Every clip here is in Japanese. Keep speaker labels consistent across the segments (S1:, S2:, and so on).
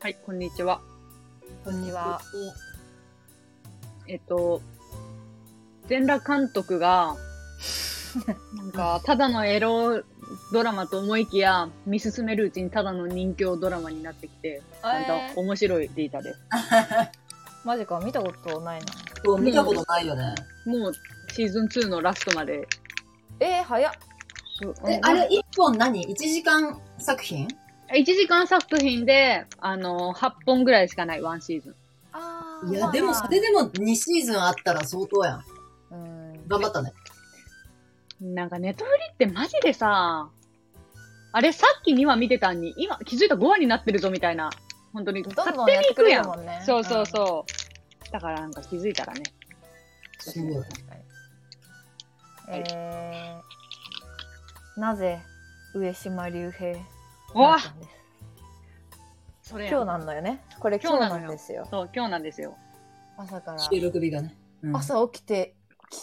S1: はい、こんにちは。
S2: こんにちは。
S1: えっと、全裸監督 が、なんか、ただのエロドラマと思いきや、見進めるうちにただの人気ドラマになってきて、なんか
S2: えー
S1: 面白いデータです。
S2: マジか、見たことないな。
S3: そう見たことないよね。
S1: もう、シーズン2のラストまで。
S2: えー、早っ。
S1: そう
S3: え、あれ、一本何一時間作品
S1: ?1 時間作品で、あの、8本ぐらいしかない、ワンシーズン。
S2: あ
S3: いや、でもそれでも2シーズンあったら相当やん。
S2: うん。
S3: 頑張ったね。
S1: なんかネットフリってマジでさ、あれさっき2話見てたんに、今気づいた5話になってるぞみたいな。本当に。
S2: どん
S1: 勝
S2: どん
S1: 手
S2: やっ
S1: に
S2: て
S1: 行
S2: く
S1: く
S2: れ
S1: や
S2: る
S1: ん。
S2: もんね。
S1: そうそうそう。だからなんか気づいたらね。
S3: すごい。
S2: 確かにえー、なぜ上島竜兵
S1: わ
S2: なんです
S1: それや
S2: 今日
S1: ん。
S2: なんだよね。これ
S1: 今
S2: 今
S1: 日
S2: 日
S1: なの
S2: な
S1: よ
S2: んですよ。
S1: そう、今日なんですよ。
S2: 朝から。
S3: 収録日がね。うん
S2: 朝起きて、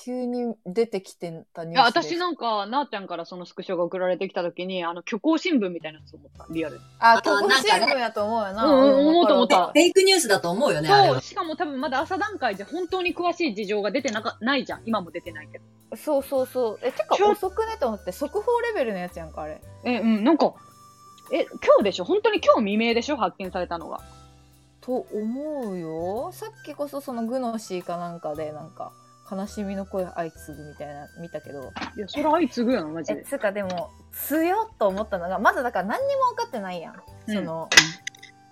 S2: 急に出てきてたニ
S1: い
S2: ュー
S1: や、
S2: スです。
S1: 私なんか、なあちゃんからそのスクショが送られてきたときに、あの、虚構新聞みたいなやつ思った。リアルに。
S2: あ、
S3: あ
S2: 東
S3: なん
S2: 京
S3: か
S2: 新
S3: ね
S2: 聞やと思うよな。
S1: うんうん思った思った
S2: わか
S3: フ
S2: る
S3: ェイクニュースだと思うよね、あれ
S1: そう、
S3: は。
S1: しかも多分まだ朝段階じゃ本当に詳しい事情が出てなか、ないじゃん。今も出てないけど。
S2: そうそうそう。え、てか
S1: ちょ
S2: 遅くねと思って、速報レベルのやつやんか、あれ。
S1: え、うん、なんか、え、今日でしょ本当に今日未明でしょ発見されたのが。
S2: と思うよさっきこそそのグノシーかなんかでなんか悲しみの声相次ぐみたいな見たけど
S1: いや、それ相次ぐやん、マジ
S2: え
S1: で。
S2: つうかでも強っと思ったのがまずだから何にも分かってないやん、
S1: うん
S2: その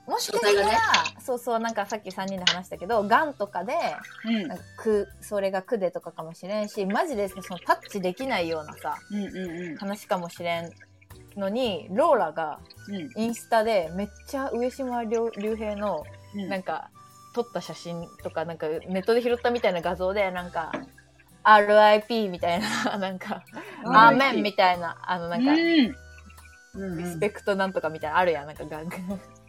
S2: もしかした
S3: 状
S2: ら、
S3: 態がね
S2: そうそうなんかさっき3人で話したけどがんとかで
S1: うん
S2: なん。かくそれがクでとかかもしれんしマジでそのタッチできないようなさ
S1: うんうん
S2: 話かもしれんのにローラが
S1: うん。うん
S2: インスタでめっちゃ上島竜竜兵の
S1: うん
S2: なんか撮った写真とかなんかネットで拾ったみたいな画像でなんか RIP みたいななんかアーメンみたいなあのなんか
S1: うん。
S3: うん
S2: リ
S3: うん
S2: スペクトなんとかみたいなのあるやんなんかが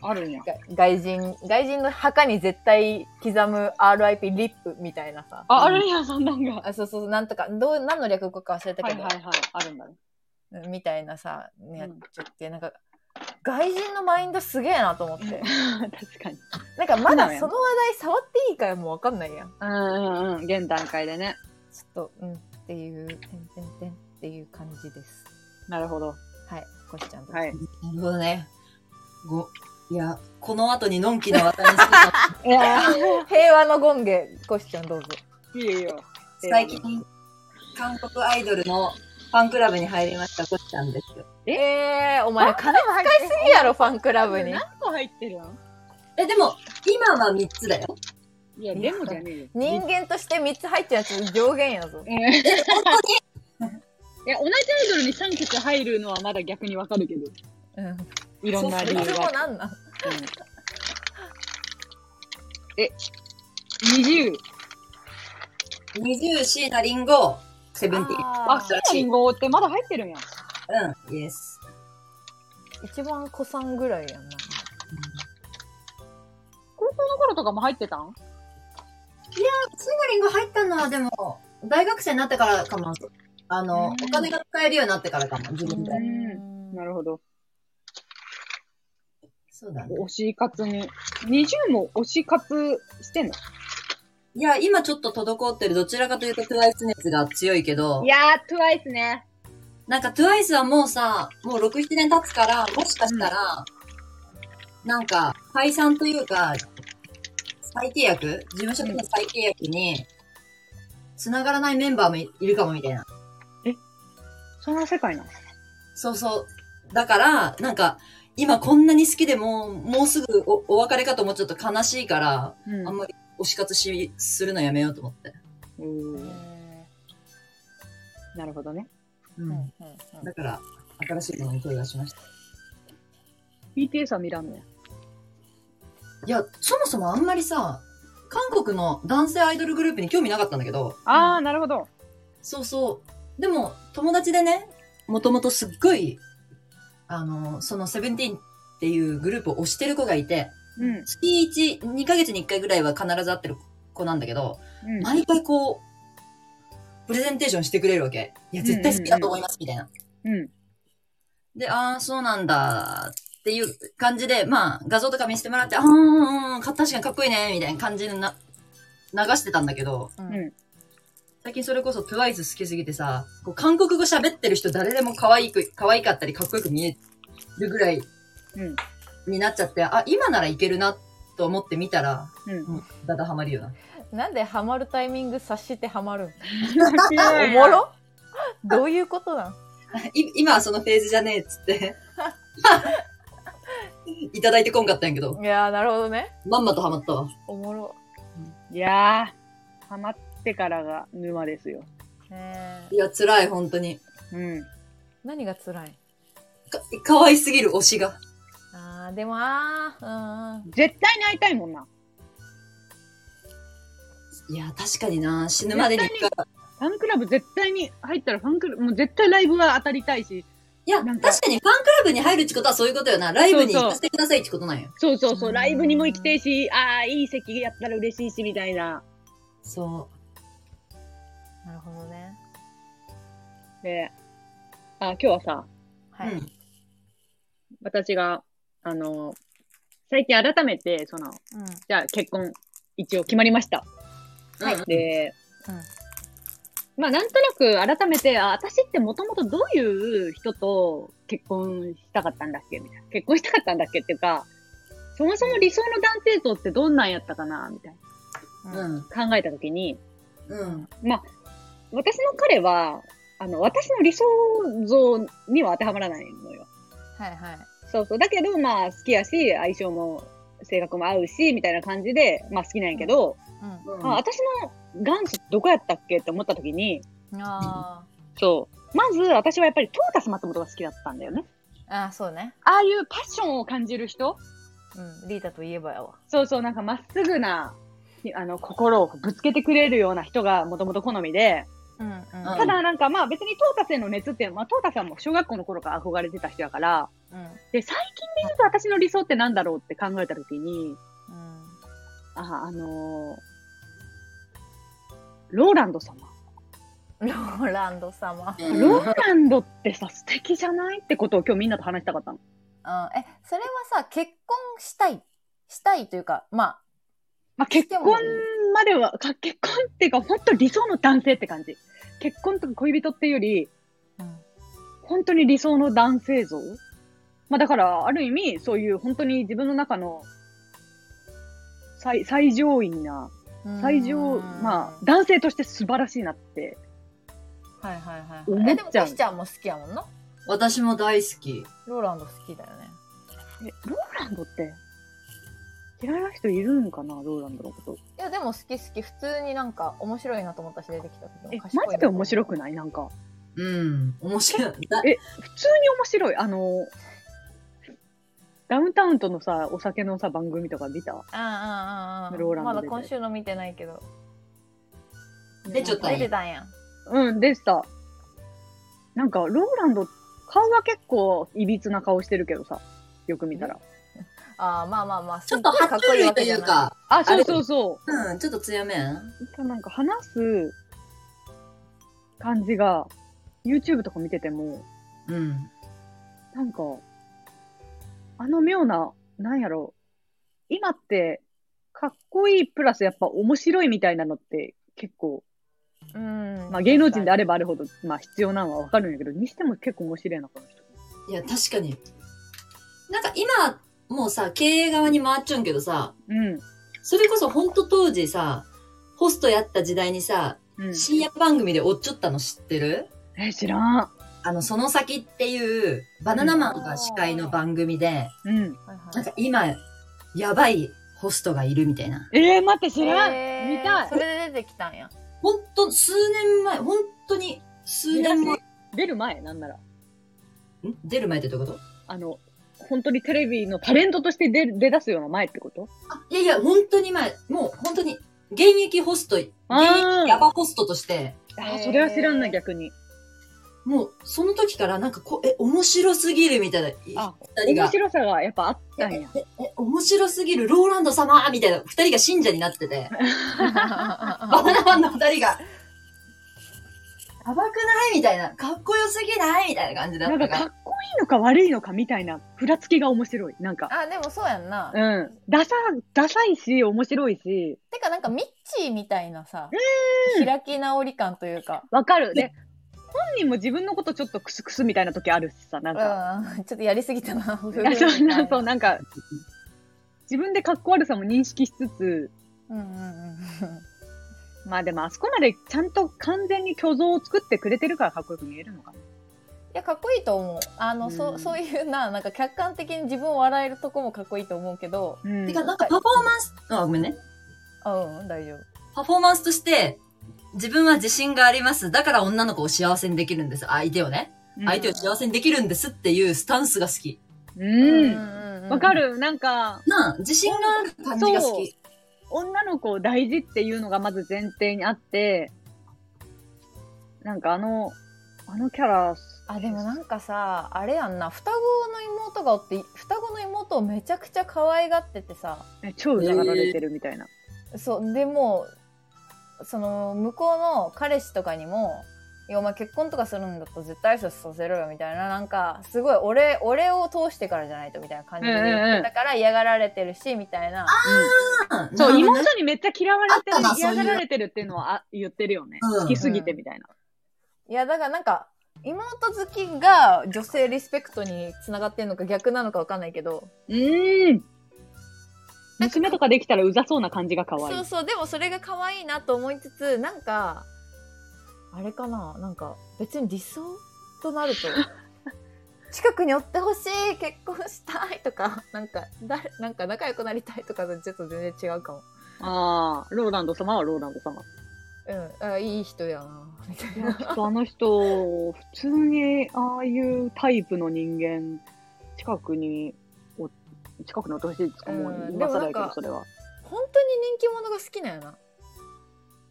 S1: あるんや。
S2: 外人外人の墓に絶対刻む RIP リップみたいなさ
S1: あ、あるんや、そんなんが。は
S2: あそうそうなんとかどう何の略語か忘れた
S1: いは
S2: け
S1: い
S2: ど、
S1: はい、あるんだね。
S2: みたいなさやっ
S1: うん
S2: ちゃって、なんか外人のマインドすげえなと思って
S1: 確かに。
S2: なんかま
S1: そうなん
S2: だ
S1: や
S2: その話題触っていいかもうわかんないやん
S1: うんうんうん、現段階でね。
S2: ちょっと、うん、っていう、てんてんてんっていう感じです。
S1: なるほど。
S2: はい、こしちゃんどうぞ
S1: はい。
S3: なるほどね。ご、いや、この後にのんきな私に
S1: いや
S2: 平和の権下、こしちゃんどうぞ。
S1: いいよ。
S3: 最近、韓国アイドルのファンクラブに入りました、こっちゃんです。
S2: ええー、お前金使いすぎやろ、ファンクラブに。
S1: 何個入ってるん
S3: え、でも、今は3つだよ。
S1: いや、でもじゃねえよ。
S2: 人間として3つ入ってるやつ上限やぞ。
S1: え、同じアイドルに3曲入るのはまだ逆にわかるけど、
S2: うん。
S1: いろんな理由
S2: そいつ
S1: が
S2: も
S1: ある。
S2: なんなん
S1: うんえ、20。
S3: 20、シーナリンゴ、セブンティーン。
S1: あ、
S2: あ
S1: シ
S3: そう
S1: ーナリンゴってまだ入ってるんや。
S3: うん、イエス。
S2: ー一番子さんぐらいやんな。
S1: 高校の頃とかも入ってたん
S3: シーナリンゴ入ったのは、でも、大学生になってからかも。あの、
S1: うん
S3: お金が使えるようになってからかも、自分で。
S1: んなるほど。
S3: そうだね。
S1: 推し活に。20も推し活してんの
S3: いや、今ちょっと滞ってる、どちらかというと、トゥワイス熱が強いけど、
S1: やー、TWICE ね。
S3: なんかトゥワイスはもうさ、もう6、7年経つから、もしかしたら、なんか、解散というか、再契約事務所との再契約に、繋がらないメンバーもいいるかもみたいな。
S1: そんな世界なの
S3: そうそう。だから、なんか、今こんなに好きでもう、もうすぐおお別れかと思っちゃうと悲しいから、
S1: うん
S3: あんまり推し活し、するのやめようと思って。
S1: うん
S2: え
S1: なるほどね。
S3: う
S2: ーうん
S3: ん。
S2: うん
S3: だから、新しいものに手を出しました。
S1: BTS は見らんのや。
S3: いや、そもそもあんまりさ、韓国の男性アイドルグループに興味なかったんだけど、
S1: あー、なるほど。
S3: そうそう。でも、友達でね、もともとすっごい、あの、そのセブンティーンっていうグループを推してる子がいて、
S1: うん。うん
S3: 月1、2ヶ月に1回ぐらいは必ず会ってる子なんだけど、毎回こう、プレゼンテーションしてくれるわけ。いや、絶対好きだと思います、みたいな。
S1: うん。
S3: で、ああ、そうなんだっっていう感じで、まあ、画像とか見せてもらって、あーうん、うん、か確かにかっこいいね、みたいな感じでな、流してたんだけど、
S2: うん
S3: 最近それこそ TWICE 好きすぎてさ、こう韓国語喋ってる人誰でも可愛く、可愛かったりかっこよく見えるぐらい
S1: うん
S3: になっちゃって、あ、今ならいけるなと思って見たら、
S1: うん。
S3: もうダダハマるよな。
S2: なんでハマるタイミング察してハマるんお
S1: お
S2: もろどういうことなん
S3: い今はそのフェーズじゃねえっつ って。いただいてこんかったんやけど、
S2: いやーなるほどね
S3: まんまとハマったわ。
S2: おもろ
S1: いやー、ハマってからが沼ですよ。
S2: ねえ
S3: いや、辛い、本当に。
S1: うん。
S2: 何が辛い
S3: か、可愛すぎる推しが。
S2: あーでもあーうんうん
S1: 絶対に会いたいもんな。
S3: いや、確かにな、死ぬまでに一回。
S1: ファンクラブ絶対に入ったらファンクラブ、もう絶対ライブは当たりたいし。
S3: いや、
S1: なん
S3: 確
S1: か
S3: かにファンクラブに入るってことはそういうことよな。ライブに
S1: そうそう
S3: 行かせてくださいってことなんよ。
S1: そうそうそうう、
S2: ん
S1: ライブにも行きてえし、ああ、いい席やったら嬉しいし、みたいな。
S3: そ
S2: なるほどね
S1: で、あ、今日はさ、
S3: う。
S2: はい、
S3: うん。
S1: 私が、あの、最近改めて、その、
S2: うん
S1: じゃあ結婚、一応決まりました。
S3: はい。
S1: で、
S2: うん、
S1: まあなんとなく改めて、あ、私ってもともとどういう人と結婚したかったんだっけみたいな。結婚したかったんだっけっていうか、そもそも理想の男性像ってどんなんやったかなみたい
S3: うんん。
S1: な。考えたときに、
S3: うん。
S1: 私の彼は、あの、私の理想像には当てはまらないのよ。
S2: はいはい
S1: そうそう。だけど、まあ好きやし、相性も、性格も合うし、みたいな感じで、まあ好きなんやけど、
S2: う
S3: うん
S1: あ私の元祖どこやったっけって思ったときに、
S2: んあ
S1: そう。まず、私はやっぱりトータス松本が好きだったんだよね。
S2: ーあーそうね
S1: ああいうパッションを感じる人
S2: うんリータといえばやわ
S1: そうそう、なんかまっすぐな、あの、心をぶつけてくれるような人がもともと好みで、
S2: うんうん
S1: ただなんかまあ別にトータスへの熱っていうのは、まあトータスはもう小学校の頃から憧れてた人やから、
S2: うん
S1: で、最近で言うと私の理想ってなんだろうって考えたときに、
S2: うん
S1: あ、あのーローランド様。
S2: ローランド様。うん、
S3: うん
S1: ローランドってさ、素敵じゃないってことを今日みんなと話したかったの。
S2: え、それはさ、結婚したい。したいというか、まあ、
S1: まあ、結婚までは、か結婚っていうか、本当理想の男性って感じ。結婚とか恋人っていうより、
S2: うん
S1: 本当に理想の男性像まあだから、ある意味、そういう本当に自分の中の最最上位な、最上、まあ、男性として素晴らしいなって。
S2: あ、はいはいはい。
S1: 思
S2: え、
S1: っ
S2: でも、
S1: ちゃう
S2: コシちゃんも好きやもんな。
S3: 私も大好き。
S2: ローランド好きだよね。
S1: え、ローランドって、嫌いな人いるんかな、ローランドのこと。
S2: いや、でも好き好き。普通になんか面白いなと思ったし、出てきた時も
S1: え、
S2: 賢い
S1: マ
S2: な
S1: ジで面白く
S2: い
S1: ないなんか、
S3: うん。面白い。だ
S1: え普通に面白い。あの、ダウンタウンとのさ、お酒のさ、番組とか見た
S2: ああ、ああ、ああ。
S1: ローランド
S2: まだ
S1: 出て
S2: 今週の見てないけど。
S3: 出ちゃったんや
S2: 出てたんや。
S1: うん、でした。なんか、ローランド、顔は結構、いびつな顔してるけどさ、よく見たら。
S2: ああ、まあまあまあ、
S3: ちょっと爬虫類というか、
S1: あ、
S3: あ
S1: そう
S3: れ
S1: そうそ
S3: うん、ちょっと強めん。
S1: う。なんか、話す感じが、YouTube とか見てても、
S3: うん。
S1: なんか、あの妙な、なんやろ、今って、かっこいいプラスやっぱ面白いみたいなのって結構、
S2: すっごいかけてない。うん。
S1: まあ芸能人であ
S2: れ
S1: ればあるほど、まあ必要なのはわかるんやけど、にしても結構面白いな、この人。
S3: いや、確かに。なんか今、もうさ、経営側に回っちゃうんけどさ、
S1: うん。
S3: それこそほんと当時さ、ホストやった時代にさ、
S1: うん、
S3: 深夜番組で追っちょったの知ってる
S1: え、知らん。
S3: あの、その先っていう、バナナマンが司会の番組で、
S1: うん。
S3: なんか今、やばいホストがいるみたいな。
S1: えー、待って、知らん、
S2: え
S1: 見
S2: ー
S1: た
S2: そ
S1: い
S2: れで出てきたんや。
S3: ほんと、数年前、ほんとに、数年前、ん
S1: 出る前、なんなら。
S3: 出る前ってどういうこと
S1: あの、本当にテレビのタレントとして出る出だすような前ってこと
S3: あいやいや、本当に前、もう本当に、現役ホスト、現
S1: あー
S3: 役ヤバホストとして、
S1: あ
S2: へ
S1: ー、
S2: ー
S1: それは知らんな、逆に。
S3: もう、その時からなんかこう、え、面白すぎるみたいな、
S1: あ
S3: 二人
S1: 面
S3: が。
S1: 白さがやっぱあったんや。
S3: え、え面白すぎる、ローランド様みたいな、二人が信者になって て、 バナナマンの二人が、やばくないみたいな、かっこよすぎないみたいな感じだ
S1: な
S3: っ
S1: んか
S3: た
S1: か
S3: か
S1: っこのか悪いのかみたいな、ふらつきが面白い。なんか。
S2: あ、でもそうやんな。
S1: うん。ダサ、ダサいし、面白いし、
S2: てかなんかミッチーみたいなさ、開き直り感というか、
S1: わかる。で、本人も自分のことちょっとクスクスみたいな時あるしさ、なんか。
S2: うん、ちょっとやりすぎ たな。そ
S1: いやそうなそう、なんか、自分でかっこ悪さも認識しつつ、
S2: うんうんうん
S1: まあでもあそこまでちゃんと完全に虚像を作ってくれてるからかっこよく見えるのかな。
S2: いや、かっこいいと思う。あの、
S1: う
S2: そ
S1: ん
S2: そういうな、なんか客観的に自分を笑えるとこもかっこいいと思うけど、
S1: うん
S3: てか、なんかパフォーマンス、あ、ごめんね。
S2: あうん、大丈夫。
S3: パフォーマンスとして、自分は自信があります。だから女の子を幸せにできるんです。相手をね。
S1: うん
S3: 相手を幸せにできるんですっていうスタンスが好き。
S1: うん。わ、
S2: んう
S1: か。るなんか、
S3: なあ、自信がある感じが好き。
S1: 女の子を大事っていうのがまず前提にあって、なんかあの、あのキャラ、
S2: あ、でもなんかさ、あれやんな、双子の妹がおって、双子の妹をめちゃくちゃ可愛がっててさ、
S1: え超疑られてるみたいな。
S2: そう、でもう、その、向こうの彼氏とかにも、いや、お前結婚とかするんだったら絶対挨拶させろよ、みたいな、なんか、すごい、俺、俺を通してからじゃないと、みたいな感じで言
S1: うんうん
S2: っ
S1: うん
S2: てたから嫌がられてるし、みたいな。
S3: うん
S1: そう、
S3: なるほ
S1: 妹
S3: どね
S1: にめっちゃ嫌われてる
S3: あったな、
S1: 嫌
S3: そうい
S1: が
S3: う
S1: られてるっていうのはあ言ってるよね。
S3: うん
S1: 好きすぎてみたいな。
S2: いや、だからなんか、妹好きが女性リスペクトにつながってんのか逆なのかわかんないけど、
S1: うーん。娘とかできたらうざそうな感じが可愛い
S2: そう。そうでもそれが可愛いなと思いつつなんかあれかななんか別に理想となる と近くにおってほしい結婚したいとかなんか誰なんか仲良くなりたいとかとちょっと全然違うかも
S1: ああ、ローランド様はローランド様。
S2: うんあいい人やなみたい
S1: いやち
S2: な
S1: ょっとあの人、普通にああいうタイプの人間、近くにお、近くにおってほしいですか、も
S2: う
S1: うん今更やけ
S2: でもな
S1: ど、
S2: んか
S1: それは。
S2: 本当に人気者が好きなんやな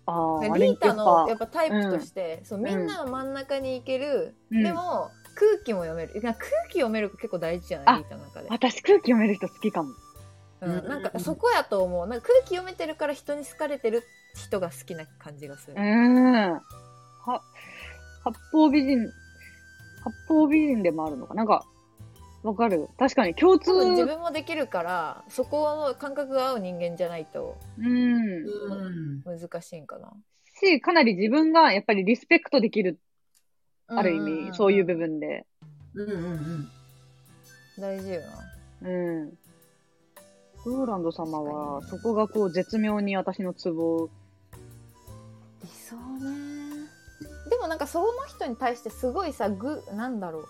S1: ああ、あ
S2: リ
S1: れ
S2: ー
S1: や
S2: タ
S1: っ
S2: の
S1: ぱ
S2: やっぱタイプとして、そうみんなの真ん中に行ける、
S1: うん
S2: でも空気も読めるいや空気読める結構大事じゃな
S1: あ
S2: いリータの中で
S1: 私空気読める人好きかも。
S2: うんなん
S3: う
S2: か
S3: ん
S2: そこやと思うなんか空気読めてるから人に好かれてる人が好きな感じがする、
S1: うーん。は、八方美人、八方美人でもあるのか。なんか、わかる。確かに共通。
S2: 多分自
S1: う
S2: 分もできるからそこの感覚が合う人間じゃないと
S1: ん。
S3: うん
S2: 難しいんかな
S1: し、かなり自分がやっぱりリスペクトできる、ある意
S2: うんうんん
S1: 味、そういう部分で。
S3: うんうんうん。
S2: 大事よな
S1: うん。ローランド様は、そこがこう、絶妙に私のツボ。
S2: 理想ねでもなんかその人に対してすごいさぐなんだろう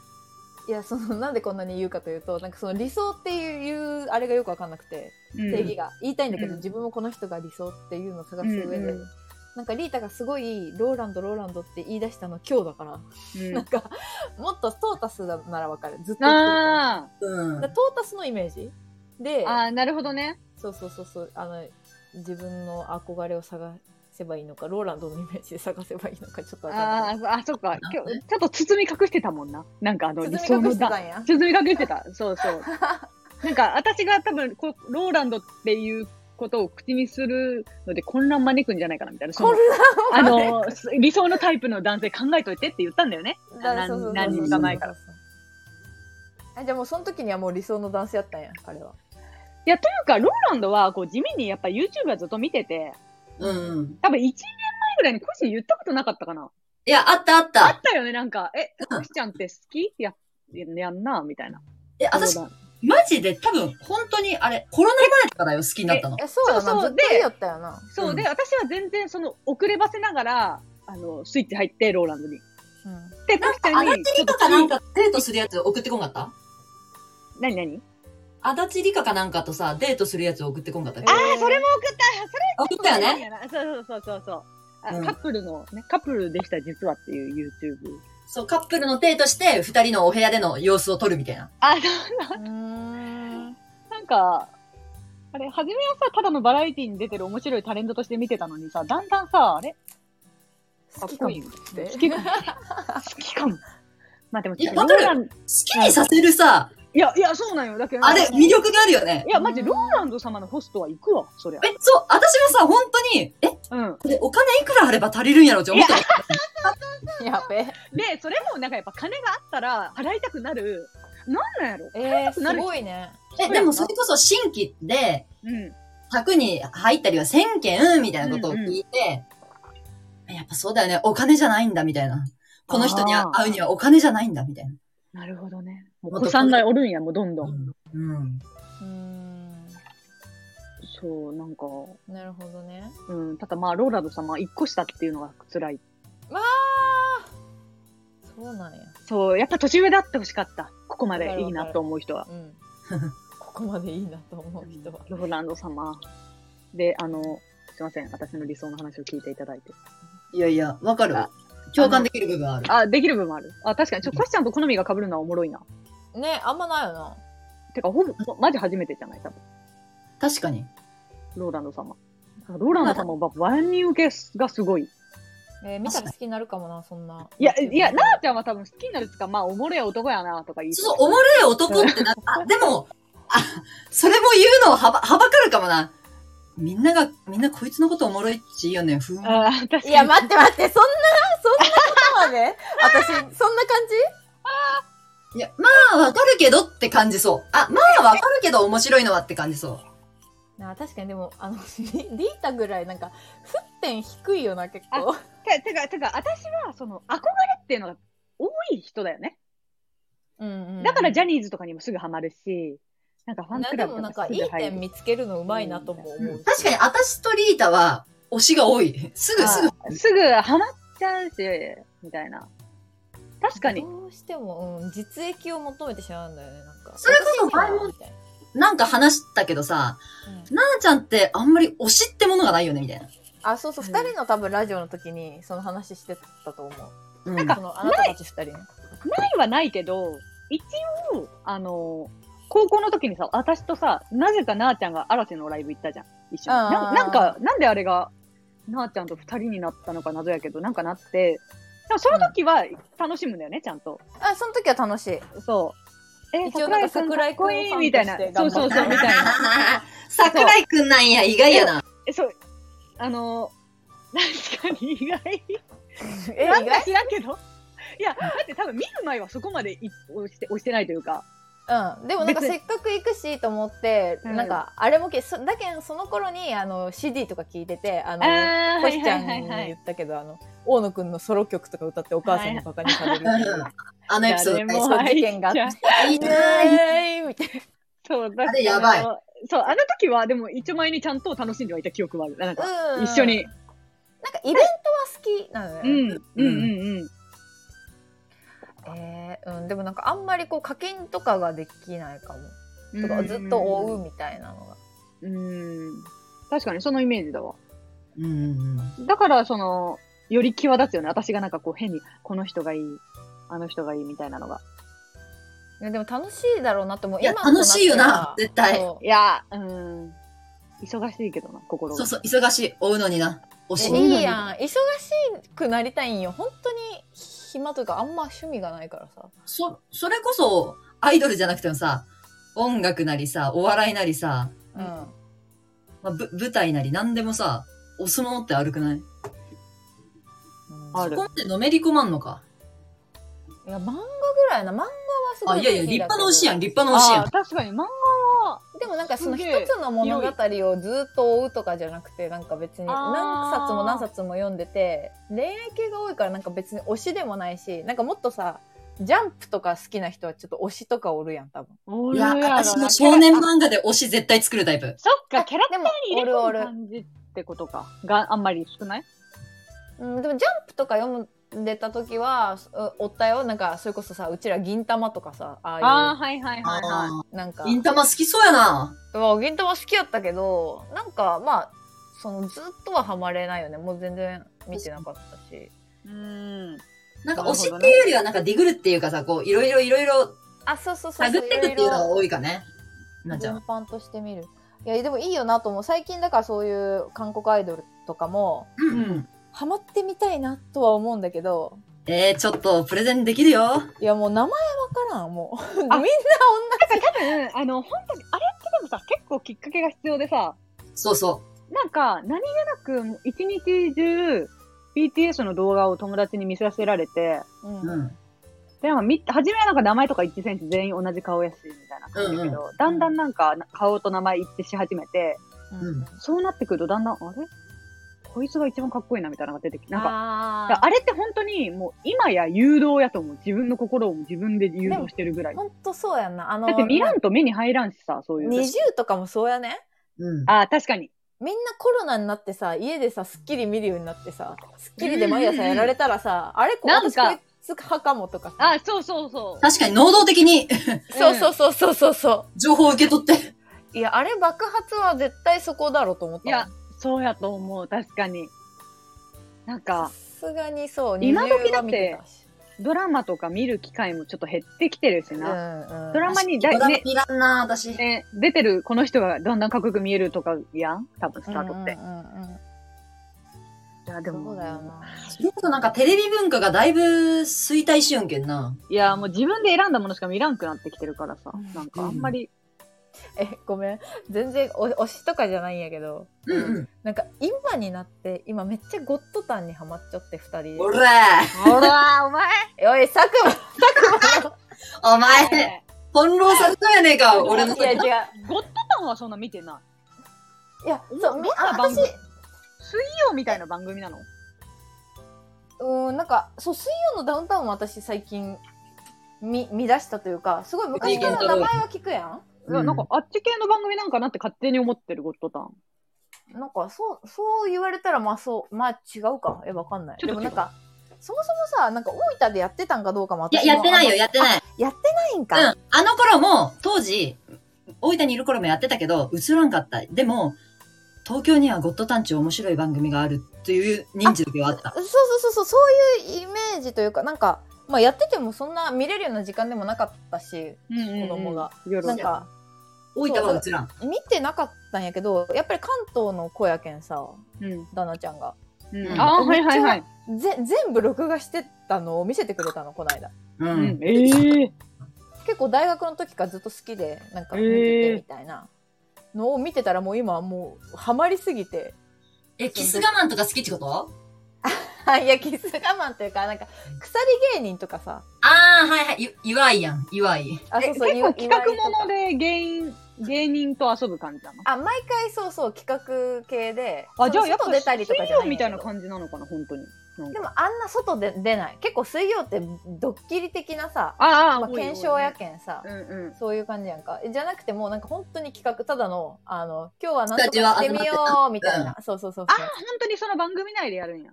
S2: いやそのなんでこんなに言うかというとなんかその理想っていうあれがよく分かんなくて
S1: うん
S2: 定義が、言いたいんだけど、
S1: うん
S2: 自分もこの人が理想っていうのを探す上で、
S1: うんうん
S2: なんかリータがすごいローランドローランドって言い出したの今日だから、
S1: う
S2: なんかもっとトータスならわかるずっ
S1: ん。
S2: と言ってるから
S1: あ
S3: うん
S2: だから。トータスのイメージで
S1: あ、ああ、なるほどね。
S2: そうそうそうそうあの自分の憧れを探せばいいのかローランドのイメージで探せばいいのかちょっとわかんない
S1: ああ、あ、そっか。今日、ちょっと包み隠してたもんな。なんかあの、理
S2: 包
S1: 想
S2: み隠
S1: の
S2: して
S1: だ
S2: たんや
S1: 包み隠してた。そうそう。なんか、私が多分こう、ローランドっていうことを口にするので混乱招くんじゃないかな、みたいな。 そ
S2: こ
S1: の
S2: れ
S1: あの、 理想のタイプの男性考えといてって言ったんだよね。
S2: だ
S1: な
S2: そうそうそう
S1: 何
S3: 日か
S1: 前から
S2: あじゃあもうその時にはもう理想の男性やったんやあれはい
S1: や、というか、ローランドは、こう、地味にやっぱ YouTube はずっと見てて、
S3: うんうん。
S1: 多分1年前ぐらいにコシ言ったことなかったかな。
S3: いや、あったあっ
S1: あ
S3: た
S1: っ。たよね、なんか、え、コシちゃんって好きや、やんな、みたいな。
S3: え、私
S1: そ、うだ
S3: マジで多分、本当にあれ、コロナ前だからよ、好きになったの。
S2: えそうやな
S1: そうそう
S2: ずっといいよったよな
S1: そう、
S3: うん
S1: で、私は全然、その、遅ればせながら、あの、スイッチ入って、ローランドに。
S2: うん
S1: で、コシちゃ
S3: あ
S1: ん
S3: だ
S1: に、
S3: ちりかかなんかデートするやつ送ってこんかった
S1: 何何
S3: あだちりかかなんかとさ、デートするやつ送ってこんかったっけ
S1: あ
S2: え
S1: あ、
S2: ー
S1: それも送ったそれ
S3: 送ったよね。
S1: そうそうそうそうあ
S3: うん
S1: カップルの、ね、カップルでした、実はっていう YouTube。
S3: そう、カップルのデートして、二人のお部屋での様子を撮るみたいな。
S1: あ、そうな、
S2: うーん
S1: なんか、あれ、初めはさ、ただのバラエティに出てる面白いタレントとして見てたのにさ、だんだんさ、あれ
S2: 好きかも
S1: 好
S2: て
S1: き かも。好きかも。まあでも、
S3: いや
S1: ローラン
S3: 好きにさせるさ、
S1: いや、いや、そうなんよ。だけど、
S3: あれ、魅力があるよね。
S1: いや、マジ、ローランド様のホストは行くわ、そりゃ。
S3: え、そう、私もさ、本当に、え、
S1: うん。
S3: で、お金いくらあれば足りるんやろって思ったの。
S2: やべ
S1: で、それもなんかやっぱ金があったら払いたくなる。なんなんやろ
S2: え。 えー、すごいね。
S3: え、でもそれこそ新規で、
S1: うん。
S3: 100に入ったりは1000件みたいなことを聞いて、やっぱそうだよね。お金じゃないんだ、みたいな。この人に
S1: あー
S3: 会うにはお金じゃないんだ、みたいな。
S1: なるほどね。もう
S3: もっ
S1: 子
S3: と
S1: さんがおるんや、もうどんど。
S3: うんん。うん。
S2: うーん。
S1: そう、なんか、
S2: なるほどね。
S1: うん。ただまあ、ローラド様は1個下っていうのが辛い。
S2: わあ。そうなんや。
S1: そう、やっぱ年上であってほしかった。ここま
S2: わか
S1: で
S2: る
S1: いいなと思う人は。
S2: うん。ここまでいいなと思う人は。
S1: ローランド様。で、あの、すいません。私の理想の話を聞いていただいて。
S3: いやいや、わかる
S1: あ。
S3: 共感できる部分ある。
S1: あ、できる部分もある。あ、確かに。ちょ、コシちゃんと好みが被るのはおもろいな。
S2: ね、あんまないよな。
S1: てか、ほぼ、マジ初めてじゃない多分。
S3: 確かに。
S1: ローランド様。ローランド様は万人受けがすごい。
S2: えー、見たら好きになるかもな、そんな。
S1: いや、いや、なあちゃんは多分好きになるつか、まあ、おもれえ男やなとか言い
S3: そう、おもろい男ってな、あ、でも、あ、それも言うのはば、はばかるかもな。みんなが、みんなこいつのことおもろいっていいよね。ふーん。
S1: あー確かに。
S2: いや、待って待って、そんな、そんなことま で私、そんな感
S3: いや、まあわかるけどって感じそう。あ、まあわかるけど面白いのはって感じそう。
S2: じなあ確かにでも、 あの、リリータぐらい、なんか、沸点低いよな、結構。
S1: ててか、てか、私は、その、憧れっていうのが多い人だよね。
S2: うん、うん。
S1: だから、ジ
S2: ゃ
S1: ャニーズとかにもすぐハマるし、なんかファンク
S2: で
S1: ラブ
S2: も
S1: と
S2: なん
S1: か
S2: か、
S1: す
S2: い
S1: ぐ
S2: い
S1: 入
S2: 点
S1: る。
S2: 見つけるのうまいなとも思う。
S3: 確かに、私とリータは推しが多い。 すぐすぐ。
S1: あすぐハマっちゃうし、みたいな。確かに。
S2: どうしても、うん、実益を求めてしまうんだよね、なんか。
S3: それこそ
S2: 私にはみたいな
S3: なんか話したけどさ、
S2: うん
S3: ななちゃんってあんまり推しってものがないよね、みたいな。
S2: あ、そうそう、
S1: うん
S2: 二人の多分ラジオの時に、その話してたと思う。
S3: うん。
S1: なんか
S2: その、あなたたち二人の。
S1: ないはないけど、一応、あの、高校の時にさ、私とさ、なぜかなあちゃんが嵐のライブ行ったじゃん。一緒に。な
S2: あー
S1: なんか、なんであれが、なあちゃんと二人になったのか謎やけど、なんかなって、でもその時は楽しむんだよね、ちゃんと。
S2: あ、その時は楽 しい。
S1: そう。え
S2: 一応なんか
S1: 桜井くんかっこいいみた
S2: 桜
S1: い
S2: 井くん
S1: な
S2: をファンとし
S1: そ
S2: て。
S1: うそう そ
S2: 頑張った
S1: う、みたいな。
S3: 桜井くんなんや、意外やな。
S1: え、そう。あの、確かに意外。
S2: え、意
S1: なん
S2: 外
S1: か知らんけど。いや、だって多分見る前はそこまでい押して押してないというか。
S2: うん、でもなんか
S1: 別に
S2: せっかく行くしと思って、
S1: うん
S2: なんかあれもけそだけどその頃にあの CD とか聞いててあの
S1: あー
S2: 星ちゃん
S1: はい
S2: に
S1: はいはいはい
S2: 言ったけどあの大野くんのソロ曲とか歌ってお母さんにバカにされるっていう
S3: あのエピソード大好
S2: そう
S1: あれ
S2: 事件があっ
S1: もう
S3: き。いい
S2: て「
S3: ね
S2: えーい!」みたい
S1: そう、だって
S3: あれやばい
S1: あのそう、あの時は、でも一応前にちゃんと楽しんではいた記憶はある。なんか、
S2: な、うん、
S1: 一緒に。
S2: なんかイベントは好きなの
S1: う
S2: よ、
S1: ん、うん、うん、うん。
S2: えーうん、でもなんかあんまりこう課金とかができないかもとかずっと追うみたいなのが
S1: うん。うん。確かにそのイメージだわ。
S3: うんうんうん。
S1: だから、その、より際立つよね。私がなんかこう変に、この人がいい、あの人がいいみたいなのが。
S2: いやでも楽しいだろうなと思う
S3: いや、
S2: 今とな
S3: 楽
S2: っては
S3: しいよな、絶対。
S2: そう
S1: いや、うん。忙しいけどな、心
S3: そ
S1: が
S3: う。そう、忙しい。追うのにな。推し
S1: え
S3: に。
S2: いいやん忙しくなりたいんよ本当に暇というかあんま趣味がないからさ
S3: そ、それこそ、アイドルじゃなくてもさ、音楽なりさ、お笑いなりさ、
S2: うん、
S3: まあ、ぶ舞台なり何でもさ、お相撲ってあるくない
S1: あ
S3: そ
S1: る
S3: こまでのめり込まんのか。
S2: いや漫画ぐらいな漫画はすご
S3: あ、
S2: い
S3: いやいや、立派な推しや
S2: ん
S3: ん、立派な推しやん
S1: あー。確かに漫画は、
S2: でもなんかその
S1: す
S2: 一
S1: げえ
S2: つの物語をずっと追うとかじゃなくてなんか別に
S1: あー
S2: 何冊も何冊も読んでて恋愛系が多いからなんか別に推しでもないしなんかもっとさジャンプとか好きな人はちょっと推しとかおるやん多分
S1: お
S3: い
S1: る
S3: や、
S1: ろな
S3: 私も少年漫画で推し絶対作るタイプ。
S1: そっか、キャラクター
S2: で
S1: に
S2: も
S1: 入
S2: お
S1: れ
S2: るお
S1: 込む感
S2: る
S1: じってことか。があんまり少ない
S2: うん、でもジャンプとか読んでた時はう追ったよなんかそれこそさうちら銀玉とかさあ
S1: ああ、
S2: あい
S1: はいはいうはいは
S3: ん
S2: うなんか
S3: 銀玉好きそうやな。
S2: うわ銀玉好きやったけどなんかまあそのずっとはハマれないよねもう全然見てなかったし
S1: い。うん。
S3: なん
S1: なる
S3: か推
S1: ほ
S3: し
S1: どね
S3: っていうよりはなんかディグルっていうかさ、こう、いろいろいろいろ
S2: あそうそうそう
S3: 探
S2: そう
S3: っていくっていうのが
S2: ろ
S3: 多いかね。なっ
S2: い
S3: ちゃ
S2: ろ
S3: ん。
S2: 全般として見るいやでもいいよなと思う最近だからそういう韓国アイドルとかも
S3: うんうん。
S2: ハマってみたいなとは思うんだけど
S3: えー、ちょっとプレゼンできるよ。
S2: いやもう名前わからんもう みんな
S1: あ
S2: 同じ
S1: 多分、あの、本当に、あれってでもさ、結構きっかけが必要でさ、
S3: そうそ
S1: なんか、何気なく、一日中、BTS の動画を友達に見させられて、
S2: うん
S3: う
S2: うん
S3: ん。
S1: で、なんかみ、初めはなんか名前とか一致せんし、全員同じ顔やし、みたいな感じだけど、だんだんなんか、顔と名前一致し始めて、
S3: うん
S1: そうなってくると、だんだん、あれこいつが一番かっこいいな、みたいなのが出てきて、なんか、だから
S2: あ
S1: あれって本当に、もう今や誘導やと思う。自分の心を自分で誘導してるぐら
S2: ー
S1: い。だ
S2: 本当そうやんなあの
S1: って見らんと目に入らんしさ、そういう。
S2: 20とかもそうやね
S3: うん。
S1: ああ、確かに。
S2: みんなコロナになってさ家でさ『スッキリ』見るようになってさ『スッキリ』で毎朝やられたらさあれこ
S1: なんか
S2: 私こいつ派かもとかさ
S1: ああ、そうそうそう。
S3: 確かに能動的に
S2: そうそうそうそうそうそ
S3: 情報を受け取って。
S2: ういやあれ爆発は絶対そこだろうと思った
S1: いや、そうやと思う。確かに。なん
S2: さ
S1: か、
S2: すがにそう
S1: 今時
S2: 20
S1: だ
S2: は
S1: って
S2: 見てたし
S1: ドラマとか見る機会もちょっと減ってきてるし
S2: う
S1: な。
S2: んうん
S1: ドラマにだ
S3: 確か
S1: ね
S3: いらんな、私。
S1: ね、出てるこの人がだんだんかっこよく見えるとかやん多分スタートって。
S2: うんうんうんうん
S1: いや、でも、
S2: そうだよな
S3: ちょっとなんかテレビ文化がだいぶ衰退しよんけんな。
S1: いや、もう自分で選んだものしか見らんくなってきてるからさ。なんかあんまり、
S2: えごめん全然お推しとかじゃないんやけど
S3: うん
S2: なんか今になって今めっちゃゴッドタンにハマっちゃって2人で
S3: うん。おら
S1: ほら、お前
S2: おい佐久
S3: お前、翻弄されたやねえか、俺の
S2: 間いや違う
S1: ゴッドタンはそんな見てない。
S2: いや
S1: お
S2: そうみ
S1: どん
S2: あ
S1: な番
S2: 私
S1: 組水曜みたいな番組なの
S2: うーん、なんか、そう、水曜のダウンタウンも私最近、見、見出したというか、すごい昔から名前は聞くやん。
S1: いや、なんかあっち系の番組なんかなって勝手に思ってる、ゴッドタン。
S2: なんか、そう、そう言われたら、まあそう、まあ違うか。え、わかんない。
S1: ちょっ
S2: で
S1: と違
S2: も
S1: う
S2: なんか、そもそもさ、なんか大分でやってたんかどうかも
S3: いや、
S2: 私も
S3: やってないよ、やってない。
S2: やってないん
S3: うん。
S2: か。
S3: あの頃も、当時、大分にいる頃もやってたけど、映らんかった。でも、東京にはゴッドタンチ面白い番組があるという認知だけはあった。
S2: そうそうそうそう、そういうイメージというか、なんか、まあやっててもそんな見れるような時間でもなかったし、
S1: うんうん
S2: 子供が。
S1: 夜
S2: なんか、
S3: 大分は映らん。
S2: 見てなかったんやけど、やっぱり関東の子やけんさ、
S1: うん。
S2: 旦那ちゃんが。
S1: うん。ああ、はいはいはい。
S2: ぜ全部録画してたのを見せてくれたのこの間
S3: う
S1: うんん。。ええ。
S2: 結構大学の時からずっと好きでなんか見ててみたいなのを見てたらもう今はもうハマりすぎて
S3: え、キス我慢とか好きってこと
S2: いやキス我慢というかなんか鎖芸人とかさ
S3: あー、はいはい。ゆ、祝いやん、祝い。
S2: あ
S1: え
S2: そう
S1: 結
S2: そう
S1: 構企画
S2: 岩井とか
S1: もので芸人、芸人と遊ぶ感じなの
S2: あ毎回そうそう企画系で
S1: あ、じゃあ
S2: そ
S1: や
S2: の
S1: っぱ
S2: 外出たりとかじゃ
S1: 水曜
S2: ないん
S1: み
S2: やけ
S1: たい
S2: ど
S1: な感じなのかな、本当に。なん
S2: で
S1: か
S2: もあんな外で出ない結構水曜ってドッキリ的なさ、
S1: ああ、
S2: まあ、
S1: 多い
S2: 検証や。けんさ
S1: 多いうんうん。
S2: そういう感じやんか。じゃなくてもうなんか本当に企画、ただの、あの、今日は何
S3: ス
S2: と
S3: タジオ
S2: かしてみようみたいな。そうそうそう
S1: ああ、
S2: そ
S1: 本
S2: う。
S1: 当にその番組内でやるんや。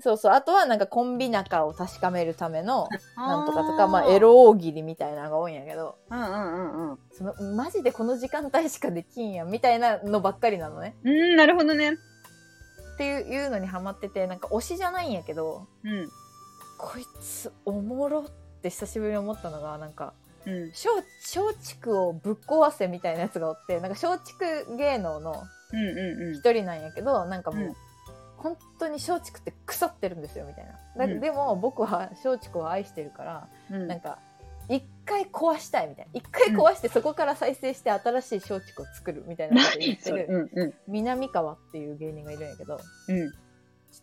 S2: そうそう。あとはなんかコンビ仲を確かめるための、なんとかとか、まあエ
S1: ロ。
S2: ロ大喜利みたいなのが多いんやけど、
S1: うんうんうんうん。
S2: その、マジでこの時間帯しかできんやんみたいなのばっかりなのね。
S1: うん、なるほどね。
S2: っていういうのにハマってて、なんか推しじゃないんやけど、
S1: うん。
S2: こいつおもろって久しぶりに思ったのが、なんか、
S1: うん。
S2: 松松竹をぶっ壊せみたいなやつがおって、なんか松竹芸能の、
S1: うんうんうん。
S2: 一人なんやけどなんかもう、
S1: うん
S2: 本当に松竹って腐ってるんですよみたいなだ、
S1: うん
S2: でも僕は松竹を愛してるから、
S1: うん
S2: なんか一回壊したいみたいな一回壊してそこから再生して新しい松竹を作るみたいなことを言
S1: 何
S2: って
S1: それ
S2: る
S1: うんう
S2: 南川っていう芸人がいるんやけどちょ
S1: んうん。
S2: っ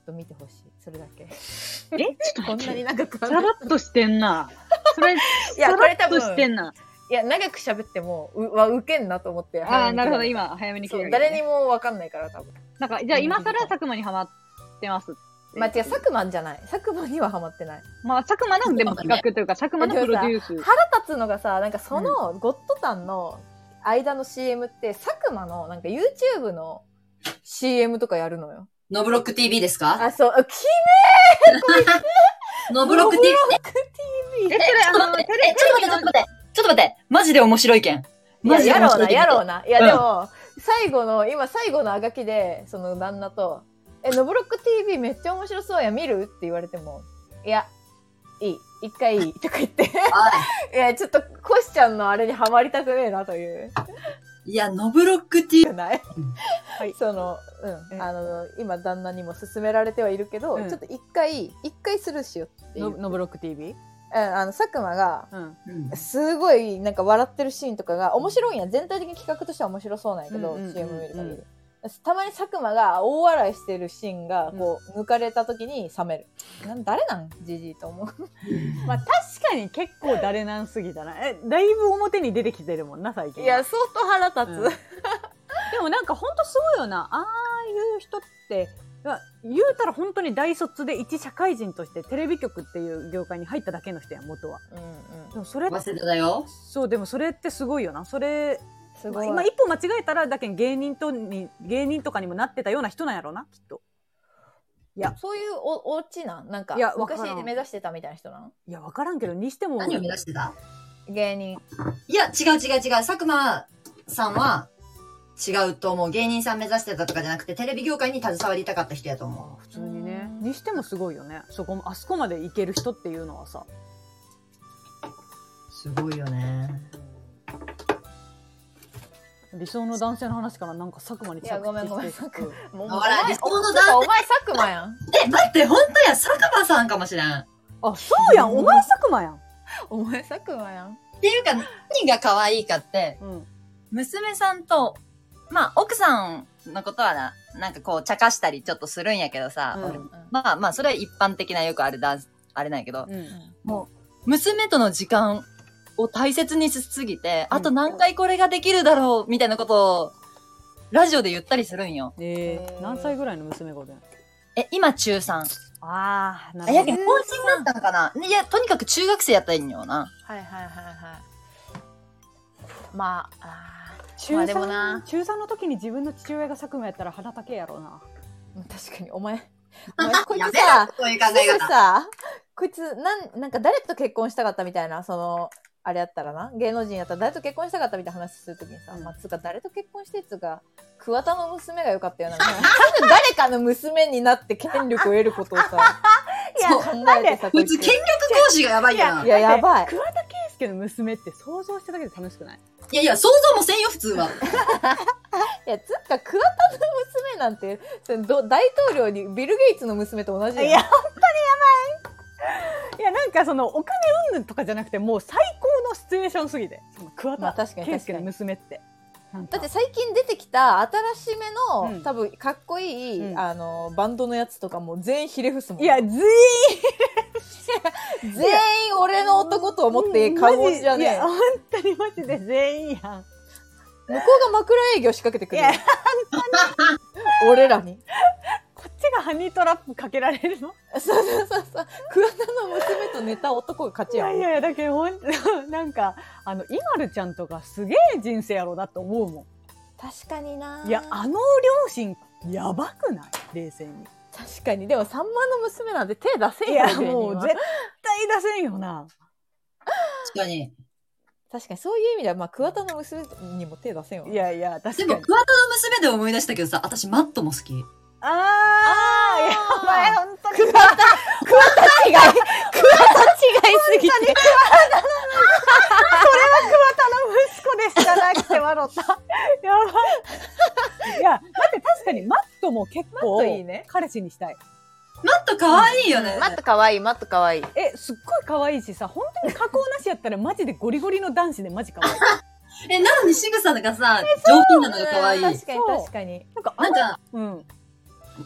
S2: と見てほしいそれだけ
S1: え、ちょっと
S2: こん
S1: 待っ
S2: なに
S1: て。
S2: 長く
S1: さらっとしてんな。そ れ、
S2: いや
S1: さ
S2: こ
S1: ら
S2: れ
S1: っ
S2: 多
S1: と
S2: 分
S1: してんな。
S2: いや長く喋ってもうはウケんなと思って
S1: ああ、なるほど、
S2: 今
S1: 今、早めに聞いた。
S2: 誰にも分かんないから多分
S1: なんか、じゃあ今更佐久間にハマってます。
S2: まあ違う佐久間じゃない佐久間にはハマってない
S1: まあ、佐久間のでも企画というか、佐久間のプロデュース。
S2: 腹立つのがさなんかそのゴッドタンの間の CM って佐久間のなんか YouTube の CM とかやるのよ。
S3: ノブロック TV ですか
S2: あ、そう、き
S3: ノブロック TV。
S1: え、それ、あの、テレ
S3: え、ちょっと待って、ちょっと待って。ちょっと待って。マジで面白いけん。マジで
S2: や
S3: 面
S2: ろう
S3: 白い
S2: な、
S3: けん。
S2: やろうな。いや、
S3: うん
S2: でも、最後の、今最後のあがきで、その旦那と、え、ノブロック TV めっちゃ面白そうや、見るって言われても、いや、いい、一回いい、とか言って、 いや、ちょっと、コシちゃんのあれにはまりたくねえな、という。
S3: いや、ノブロック TV
S2: じゃない、
S1: はい
S2: その、う
S1: え
S2: ん、あの今旦那にも勧められてはいるけど、
S1: うん
S2: ちょっと一回一回スルーしようっていう、
S1: ノ
S2: うん、
S1: ノブロック TV?
S2: あの佐久間が
S1: うん。
S3: うん
S2: すごいなんか笑ってるシーンとかが面白いんや全体的に企画としては面白そうなんやけど、
S1: うんうんうんうん
S2: CM 見る限り、たまに佐久間が大笑いしてるシーンがこう抜かれた時に冷める、なん誰なんじじいと思う
S1: まあ確かに結構誰なんすぎだな。え、だいぶ表に出てきてるもんな、最近。
S2: いや、相当腹立つ、
S1: うん でもなんかほんとすごいよな。ああいう人って、まあ言うたら本当に大卒で一社会人としてテレビ局っていう業界に入っただけの人やん、元は。
S2: うんう
S1: でもそれ
S3: 早稲田だよ。
S1: そう、でもそれってすごいよな。それ、
S2: ん、す
S1: ま
S2: ご
S1: あ
S2: い、
S1: 今一歩間違えたら、だけん芸人とに、芸人とかにもなってたような人なんやろうな、きっと。
S2: そういうおおちなんなんか
S1: いやわか
S2: 昔
S1: らん
S2: 目指してたみたいな人なん
S1: いや、わからんけど、にしても、
S3: 何を目指してた
S2: 芸人
S3: いや、違う違う違う。佐久間さんは違うと思う。芸人さん目指してたとかじゃなくて、テレビ業界に携わりたかった人やと思
S1: 普通にね
S2: うん
S1: にしてもすごいよねそこもあそこまでいける人っていうのはさ
S3: う。すごいよね。
S1: 理想の男性の話からなんか佐久間に着地
S2: いやごめんごめん
S1: していく
S2: もう
S3: あら
S2: お前
S3: 理想の
S2: お
S3: 男性
S2: お前佐久間やん
S3: え、待って、ほんとや、佐久間さんかもしれん。っ
S1: あそうやんお前佐久間やん、
S2: お前佐久間やん
S3: ていうか、何が可愛いかって、
S1: うん、
S3: 娘さんと、まあ、奥さんのことはな、なんかこう、茶化したりちょっとするんやけどさ、
S1: うん
S3: 俺
S2: うん
S3: まあまあ、それは一般的なよくあるダンス、あれなんやけど、
S1: うん
S3: 娘との時間を大切にしすぎて、
S1: うん
S3: あと何回これができるだろう、みたいなことを、ラジオで言ったりするんよ。
S1: え
S2: へ
S1: ー、
S2: ー
S1: 何歳ぐらいの娘がおるん
S3: え、今中3。
S1: ああな
S3: あ、やけん、高人だったのかなねいや、とにかく中学生やったらいいんよな。
S2: はいはいはいはいまああ
S1: 中
S2: ま
S1: 3
S2: あでもな
S1: 中3の時に自分の父親が佐久間やったら鼻高えやろうな
S2: ー確かに お前お前こい
S3: や
S2: つ
S3: めろ
S2: さ
S3: そういう考え
S2: すぐ
S3: 方。
S2: さこいつなんなんか誰と結婚したかったみたいなそのあれやったらな芸能人やったら誰と結婚したかったみたいな話するときにさ、
S1: うん
S2: まあつうか誰と結婚してっつうか桑田の娘が良かったよなすぐ誰かの娘になって権力を得ることをさ
S1: いや
S2: そう考えてさこ
S3: 普
S2: いつ
S3: 通、権力行使がやばいやん。
S2: い
S3: い
S2: ややばい
S1: 桑田佳祐の娘って想像しただけで楽しくない
S3: やいや、想像もせんよ、普通は。
S2: いやつうか桑田の娘なんてそのど大統領にビル・ゲイツの娘と同じやん
S1: いやいやなんかそのお金云々とかじゃなくてもう最高のシチュエーションすぎてその桑
S2: まあ
S1: 田
S2: 確かに
S1: 佳
S2: 確か
S1: 祐の
S2: に
S1: 娘ってなん
S2: だ
S1: か
S2: って最近出てきた新しめの、
S1: うん
S2: 多分かっこいい、
S1: うん
S2: あのバンドのやつとかも全員ひれ伏すもん
S1: い や、ずい
S2: 全員俺の男と思って顔文字じゃね
S1: い
S2: え
S1: や、
S2: 向こ
S1: 本当にマジで全員やん。
S2: うが枕営業仕掛けてくるよ
S1: いや
S2: 俺らに
S1: こっちがハニートラップかけられるの
S2: そうそうそうそう桑田の娘と寝た男が勝
S1: い
S2: ちや
S1: や
S2: ん
S1: いやいや、だけどほん と、なんか、あの、イマルちゃんとかすげえ人生やろうなと思うも。
S2: 確かになん
S1: いや、あの両親、やばくない冷静に。
S2: 確かにでもさんまの娘なんて手出せん
S1: い
S2: よ
S1: や、
S2: 芸人
S1: もう
S2: は
S1: 絶対出せんよな。
S3: 確かに。
S2: 確かにそういう意味では、まあ、桑田の娘にも手出せんよ
S1: いやいや、確か
S3: で
S1: に。
S3: も、桑田の娘で思い出したけどさ、私、マットも好き。
S1: あー、やばい、本当に。
S2: 桑田桑田違い桑田違いすぎて
S1: 息子でしかなくて笑った。やばい。いや、待って、確かにマットも結構
S2: マットいいね、
S1: 彼氏にしたい。
S3: マット可愛いよね。
S2: マット可愛いマット可愛い
S1: え、すっごい可愛いしさ、本当に加工なしやったらマジでゴリゴリの男子でマジ可愛い。
S3: え、なのに仕草がさ、上品なのが可愛い。
S2: 確かに
S1: そう
S2: 確かに
S1: なんか、あ
S3: なんか、
S1: うん。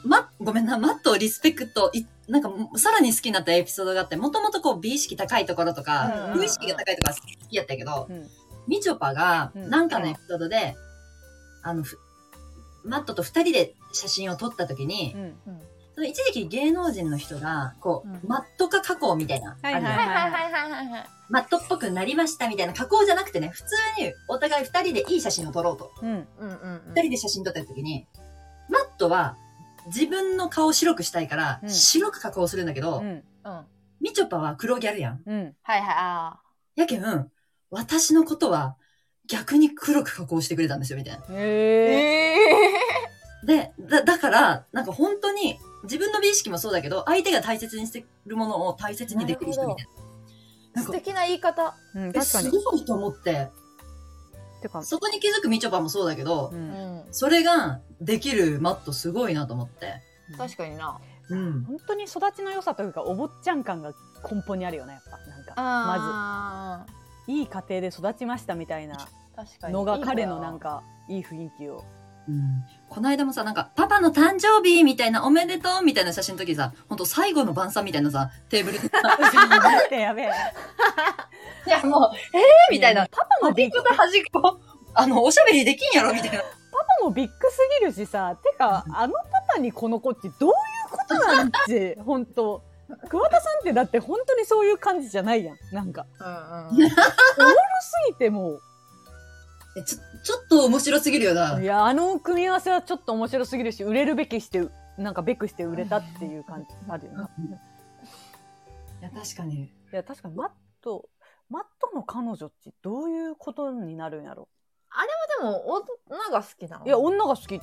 S3: ま、ごめんな、マットをリスペクト、いなんか、さらに好きになったエピソードがあって、もともとこう、美意識高いところとか、
S2: うん
S3: 無意識が高いとか好きやったけど、
S1: うん
S3: みちょぱが、
S1: うん
S3: なんかのエピソードで、あの、ふマットと二人で写真を撮った時に、
S1: うん。
S3: その一時期芸能人の人が、こう、
S2: うん
S3: マット化加工みたいな、
S1: はいはい
S3: あるじゃん
S2: はいはいはいはいはいはい
S3: マットっぽくなりましたみたいな加工じゃなくてね、普通にお互い二人でいい写真を撮ろうと。
S1: うん。
S2: うんうんうん
S3: 二人で写真撮った時に、マットは自分の顔を白くしたいから、
S1: うん
S3: 白く加工するんだけど、
S1: うん。
S2: うん
S3: みちょぱは黒ギャルやん。
S1: うん。
S2: はいはい、あ
S3: やけん、私のことは逆に黒く加工してくれたんですよ、みたいな。
S2: ー
S1: ええ。
S3: で、だ、だから、なんか本当に、自分の美意識もそうだけど、相手が大切にしてるものを大切にできる人みたいな。なん
S2: 素
S3: か、
S2: 敵な言い方。
S1: うん、
S3: え
S1: 確か
S3: す
S1: に。
S3: ごいと思って、
S1: てか、
S3: そこに気づくみちょぱもそうだけど、
S1: う。
S2: うんん、
S3: それができるマットすごいなと思って。
S2: 確かにな。
S3: うん。
S1: 本当に育ちの良さというか、お坊ちゃん感が根本にあるよね、やっぱ。なんか、ま
S2: ま
S1: ず、いい家庭で育ちましたみたいな
S2: ず確かに
S1: のが彼のなん
S2: か。
S1: か、いい雰囲気を
S3: うんこの間もさ、なんか、パパの誕生日みたいな、おめでとうみたいな写真の時さ、ほんと最後の晩餐みたいなさ、テーブル でさ
S1: ってやべえ。
S3: いや、もう、えーみたいな。
S1: パパもび
S3: 端
S1: っ
S3: っこと端っこ、あの、おしゃべりできんやろみたいな。
S1: パもびっくすぎるしさ、てか、あのパパにこの子ってどういうことなんて、 本当桑田さんってだって本当にそういう感じじゃないやん。なんか、
S2: うんうん。
S1: 多すぎても
S3: えちょ、ちょっと面白すぎるよな
S1: う、い。や、あの組み合わせはちょっと面白すぎるし、売れるべきして、なんかべくして売れたっていう感じあるよな。
S3: いや、確かに。
S1: いや、確かにマット、マットの彼女ってどういうことになるんやろ。
S2: でも、女が好きなの
S1: いや、女が好きっ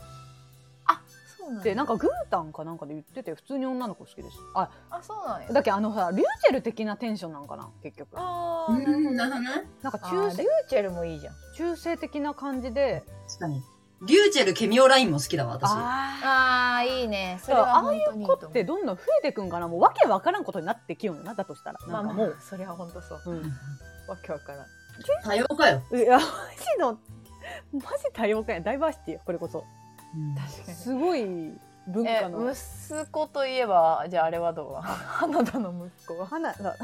S2: あ、そうなん
S1: て、
S2: や
S1: なんかグータンかなんかで言ってて、普通に女の子好きです。あ、
S2: あ、そうなんや。
S1: だけどあのさ、リューチェル的なテンションなんかな、結局。
S2: あ
S3: う
S2: ー、なる
S3: ん、なるほどね。
S1: なんか
S2: ほど。あ
S1: 中
S2: ー
S1: 性
S2: レューチェルもいいじゃん。
S1: 中性的な感じで、
S3: 確かに。リューチェル、ケミオラインも好きだわ、私。
S1: あ
S2: あー、いいね。そ
S1: だ
S2: れ
S1: からあ
S2: は
S1: あ
S2: 本
S1: い
S2: 当に
S1: う
S2: いい
S1: 子
S2: と
S1: っ
S2: 思
S1: て
S2: う。
S1: どんどん増えてくんかなもうわけわからんことになってきようよなだとしたら
S2: ま
S1: な
S2: あ
S1: んか
S2: も
S1: もう、
S2: う、それは本当そう。
S1: うん
S2: わけわからん。
S3: 多様かよ。
S1: いやマジのマジ多様化やダイバーシティよこれこそ
S2: 確かに。
S1: すごい文
S2: え
S1: 化の
S2: 息子といえばじゃああれはどうだ 花田の息子は
S1: 花が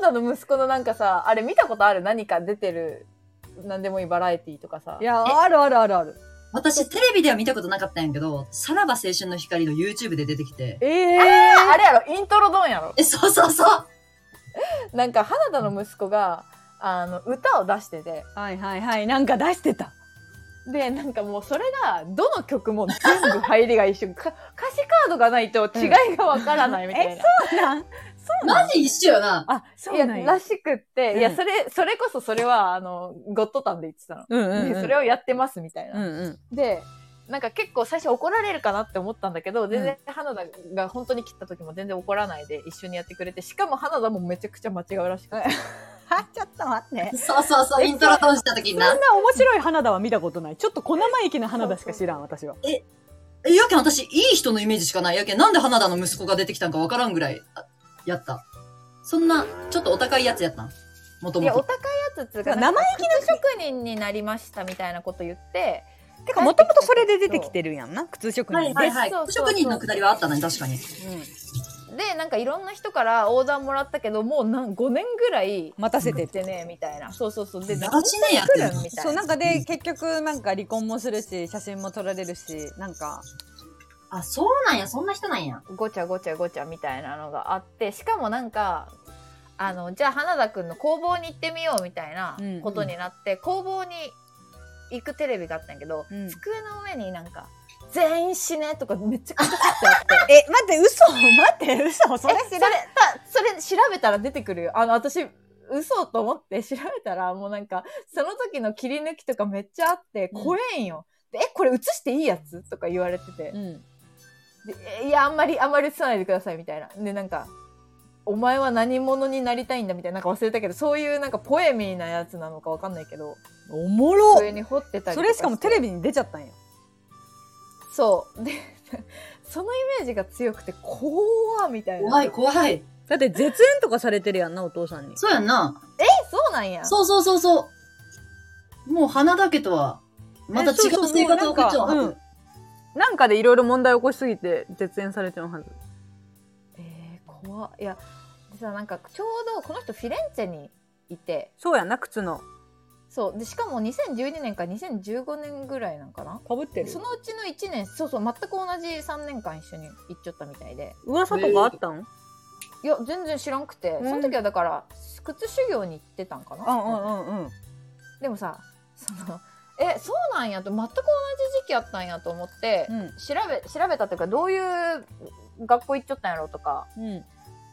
S2: 花田の息子のなんかさあれ見たことある何か出てる何でもいいバラエティーとかさ
S1: いやあるあるあるある
S3: 私、テレビでは見たことなかったんやけど、さらば青春の光の YouTube で出てきて。
S1: え
S2: あ
S1: え
S2: れやろイントロドンやろ
S3: え、そうそうそう
S2: なんか花田の息子があの歌を出してて
S1: はいはいはいなんか出してた
S2: でなんかもうそれがどの曲も全部入りが一緒か歌詞カードがないと違いがわからないみ たい
S1: な
S2: な、
S1: ん
S3: マジ一緒よな。
S1: あそう
S2: い
S1: な
S2: や
S1: んや
S2: らしくって、いや
S1: うん
S2: それそれこそそれはあのゴッドタンで言ってたの、
S1: うんうんうん
S2: でそれをやってますみたいな
S1: う、んうん
S2: でなんか結構最初怒られるかなって思ったんだけど全然花田が本当に切った時も全然怒らないで一緒にやってくれてしかも花田もめちゃくちゃ間違うらしくて
S1: あちょっと待って
S3: そうそうそう、イントロドンした時に
S1: そんな
S3: な。
S1: 面白い花田は見たことないちょっと小生意気な花田しか知らん私は
S3: え、やけん私、いい人のイメージしかない。やけん、なんで花田の息子が出てきたんかわからんぐらい、あやった。そんな、ちょっとお高いやつやったんもと
S2: い
S3: も
S2: やお
S3: と。
S2: 高いやつっつう
S1: まあ
S2: か
S1: 生
S2: 意気な職人になりましたみたいなこと言って
S1: てか、もともとそれで出てきてるやんな、靴職人
S3: は
S1: ね。
S3: いはいはい
S2: そう。そうそう
S3: 職人のくだりはあったね、確か
S1: う
S3: に。
S1: ん
S2: でなんかいろんな人からオーダーもらったけどもうなん5年ぐらい
S1: 待たせて
S2: ってねみたいなそうそうそうで
S3: だ
S2: 来
S3: らしねえやつやな
S2: るみた
S1: そう、
S2: いな
S1: なんかで、結局、なんか離婚もするし、写真も撮られるし、なんか、
S3: あ、そうなんや、そんな人なんや。
S2: ごちゃごちゃごちゃみたいなのがあってしかもなんかあのじゃあ花田くんの工房に行ってみようみたいな
S1: うん
S2: ことになって、工房に行くテレビがあったんやけど、
S1: うん
S2: 机の上になんか「全員死ね」とかめちゃくちゃ書いてあって
S1: え、待って、嘘待って、嘘 そ
S2: え
S1: れ
S2: それ
S1: 知らん。
S2: たそれ調べたら出てくるよあの私嘘と思って 調べたらもうなんかその時の切り抜きとかめっちゃあって
S1: うん
S2: 怖えんよ、でえこれ映していいやつとか言われてて、
S1: うん。
S2: でえいや、あんまり、あんまり映さないでください、みたいな。で、なんか、お前は何者になりたいんだ、みたいな。なんか忘れたけど、そういうなんかポエミーなやつなのかわかんないけど、
S1: おもろ
S2: 上に掘ってたりと
S1: そ
S2: か
S1: れしかもテレ
S2: ビ
S1: ビに出ちゃったんよ。
S2: そう。で、 そのイメージが強くて、怖ーみたいな。
S3: 怖い、怖い。
S1: だって、絶縁とかされてるやんな、お父さんに。
S3: そうやんな。
S2: えそうなんや。
S3: そうそうそうそう。もう花だけとは、また
S1: え
S3: 違う
S1: そうそう
S3: 生活を送っちゃうはず
S1: もうなんかうんなんかでいろいろ問題起こしすぎて、絶縁されてるはず。
S2: えー、怖い。いや、でさ、なんか、ちょうどこの人フィレンツェにいて、
S1: そうやんな、靴の。
S2: そう。で、しかも2012年から2015年ぐらいなんかな。
S1: かぶって
S2: そのうちの1年、そうそう、全く同じ3年間一緒に行っちゃったみたいで。
S1: 噂とかあったん
S2: いや全然知らんくて、
S1: うん
S2: その時はだから靴修行に行ってたんかな、
S1: うんうんうん。
S2: でもさそのえそうなんやと全く同じ時期やったんやと思って、
S1: うん
S2: 調べ調べたというかどういう学校行っちゃったんやろとか
S1: うん。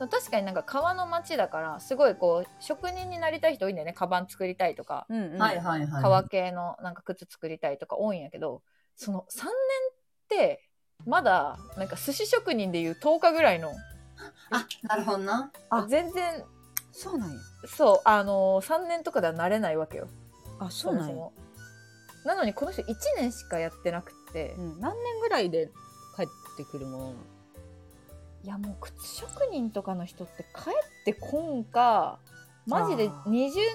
S2: 確かになんか川の町だからすごいこう職人になりたい人多いんだよねカバン作りたいとか
S1: うんうん。
S3: はいはいはい。
S2: 革系のなんか靴作りたいとか多いんやけどその3年ってまだなんか寿司職人でいう10日ぐらいの
S3: あ、なるほどな。
S1: あ
S2: 全然
S1: そうなんや。
S2: そうあのー、3年とかではなれないわけよ
S1: あ、そうなん
S2: そ
S1: や。
S2: もそもなのにこの人1年しかやってなくて、
S1: うん、何年ぐらいで帰ってくるものなの
S2: いやもう靴職人とかの人って帰ってこんかマジで
S1: あー
S2: 20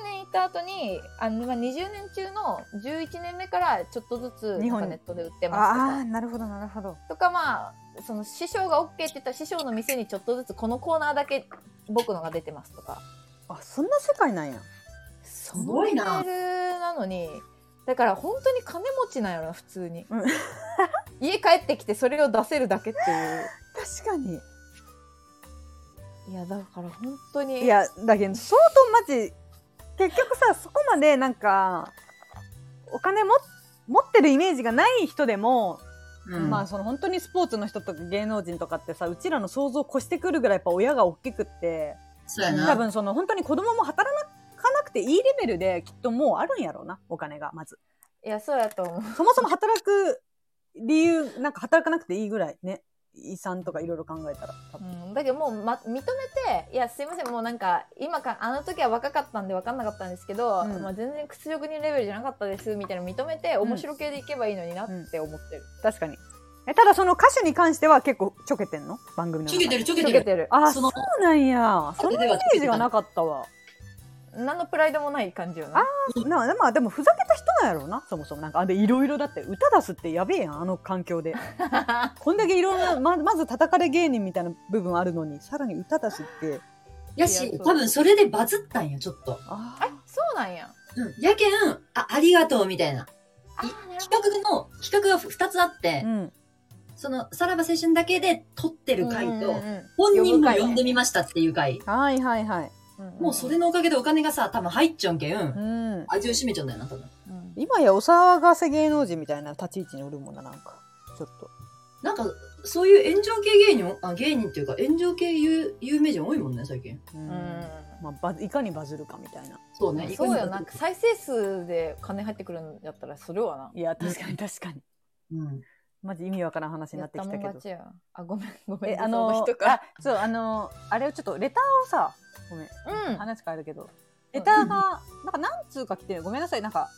S2: 年いた後にあのまあ20年中の11年目からちょっとずつ
S1: 日
S2: な
S1: 本に
S2: んかネットで売って
S1: あ
S2: ま
S1: あ
S2: す
S1: なるほどなるほど
S2: とかとかまあその師匠が OK って言ったら師匠の店にちょっとずつこのコーナーだけ僕のが出てますとか
S1: あそんな世界なんや
S2: す
S3: ごいな
S2: なのにだから本当に金持ちなんやろな普通に、
S1: うん
S2: 家帰ってきてそれを出せるだけってい
S1: 確かに
S2: ういやだから本当に
S1: いやだけど相当マジ結局さそこまでなんかお金も持ってるイメージがない人でも、
S3: うん
S1: まあその本当にスポーツの人とか芸能人とかってさうちらの想像を越してくるぐらいやっぱ親が大きくって
S3: そうや
S1: 多
S3: な。
S1: 分その本当に子供も働かなくていいレベルできっともうあるんやろうなお金がまず
S2: いやそうやと思う
S1: そもそも働く理由なんか働かなくていいぐらいね遺産とかいろいろ考えたら多分
S2: うん、だけどもう、ま、認めて「いやすいませんもうなんか今かあの時は若かったんで分かんなかったんですけど、
S1: うん
S2: まあ、全然屈辱にレベルじゃなかったです」みたいなの認めて面白系でいけばいいのになって思ってる。
S1: 確かにえただその歌手に関しては結構ちょけてんの番組の
S3: ち
S1: 中
S3: ょ
S1: で
S3: けてる、ちょけ
S2: 受
S3: て
S2: け
S3: る。
S2: てる
S1: あ
S3: そ
S1: そ
S3: の
S1: うなんやそんなイ
S3: では
S1: メージがなかったわ
S2: 何のプライドもない感じよな。
S1: なまあでもふざけた人なんやろうなそもそもなんかあでいろいろだって歌出すってやべえやんあの環境で こんだけいろんなままず叩かれ芸人みたいな部分あるのにさらに歌出すって
S3: や
S2: い
S3: し、
S2: やそう
S3: 多分それでバズったんよ、ちょっと。
S1: あ
S2: えそうなんや。
S3: うん。やけん、あ、ありがとうみたいな。
S2: あーなるほど
S3: 企画の、企画が2つあって
S1: う、ん
S3: その、さらば青春だけで撮ってる回と、
S2: うんうんうん
S3: 本人も
S2: 呼ぶ回ね
S3: 呼んでみましたっていう回。
S1: はいはいはい
S2: うんうん
S3: もうそれのおかげでお金がさ、多分入っちゃうんけ、
S1: うんん
S3: 味を占めちゃうんだよな、多分。
S2: うん
S1: 今やお騒がせ芸能人みたいな立ち位置におるもんななんかちょっと
S3: なんか、そういう炎上系芸人、あ、芸人っていうか、炎上系有有名人多いもんね、最近。
S1: うん
S2: うん
S1: まあバズいかにバズるかみたいな
S3: そうね。
S2: そうよ
S3: いか
S2: な
S3: に
S2: んか再生数で金入ってくるんだったらそれはない
S1: や確かに確かに
S3: うん。
S1: マジ意味わからん話に
S2: や
S1: なっ
S2: ってた
S1: き
S2: も
S1: た
S2: ん
S1: けど
S2: 勝ちやあごめん ごめ
S1: え
S2: ん
S1: あ
S2: そ
S1: の
S2: の人
S1: あ
S2: か
S1: そうあのあれをちょっとレターをさごめん
S2: うん
S1: 話変えるけど、レターが、なんか何通か来てる。ごめんなさい、なんか、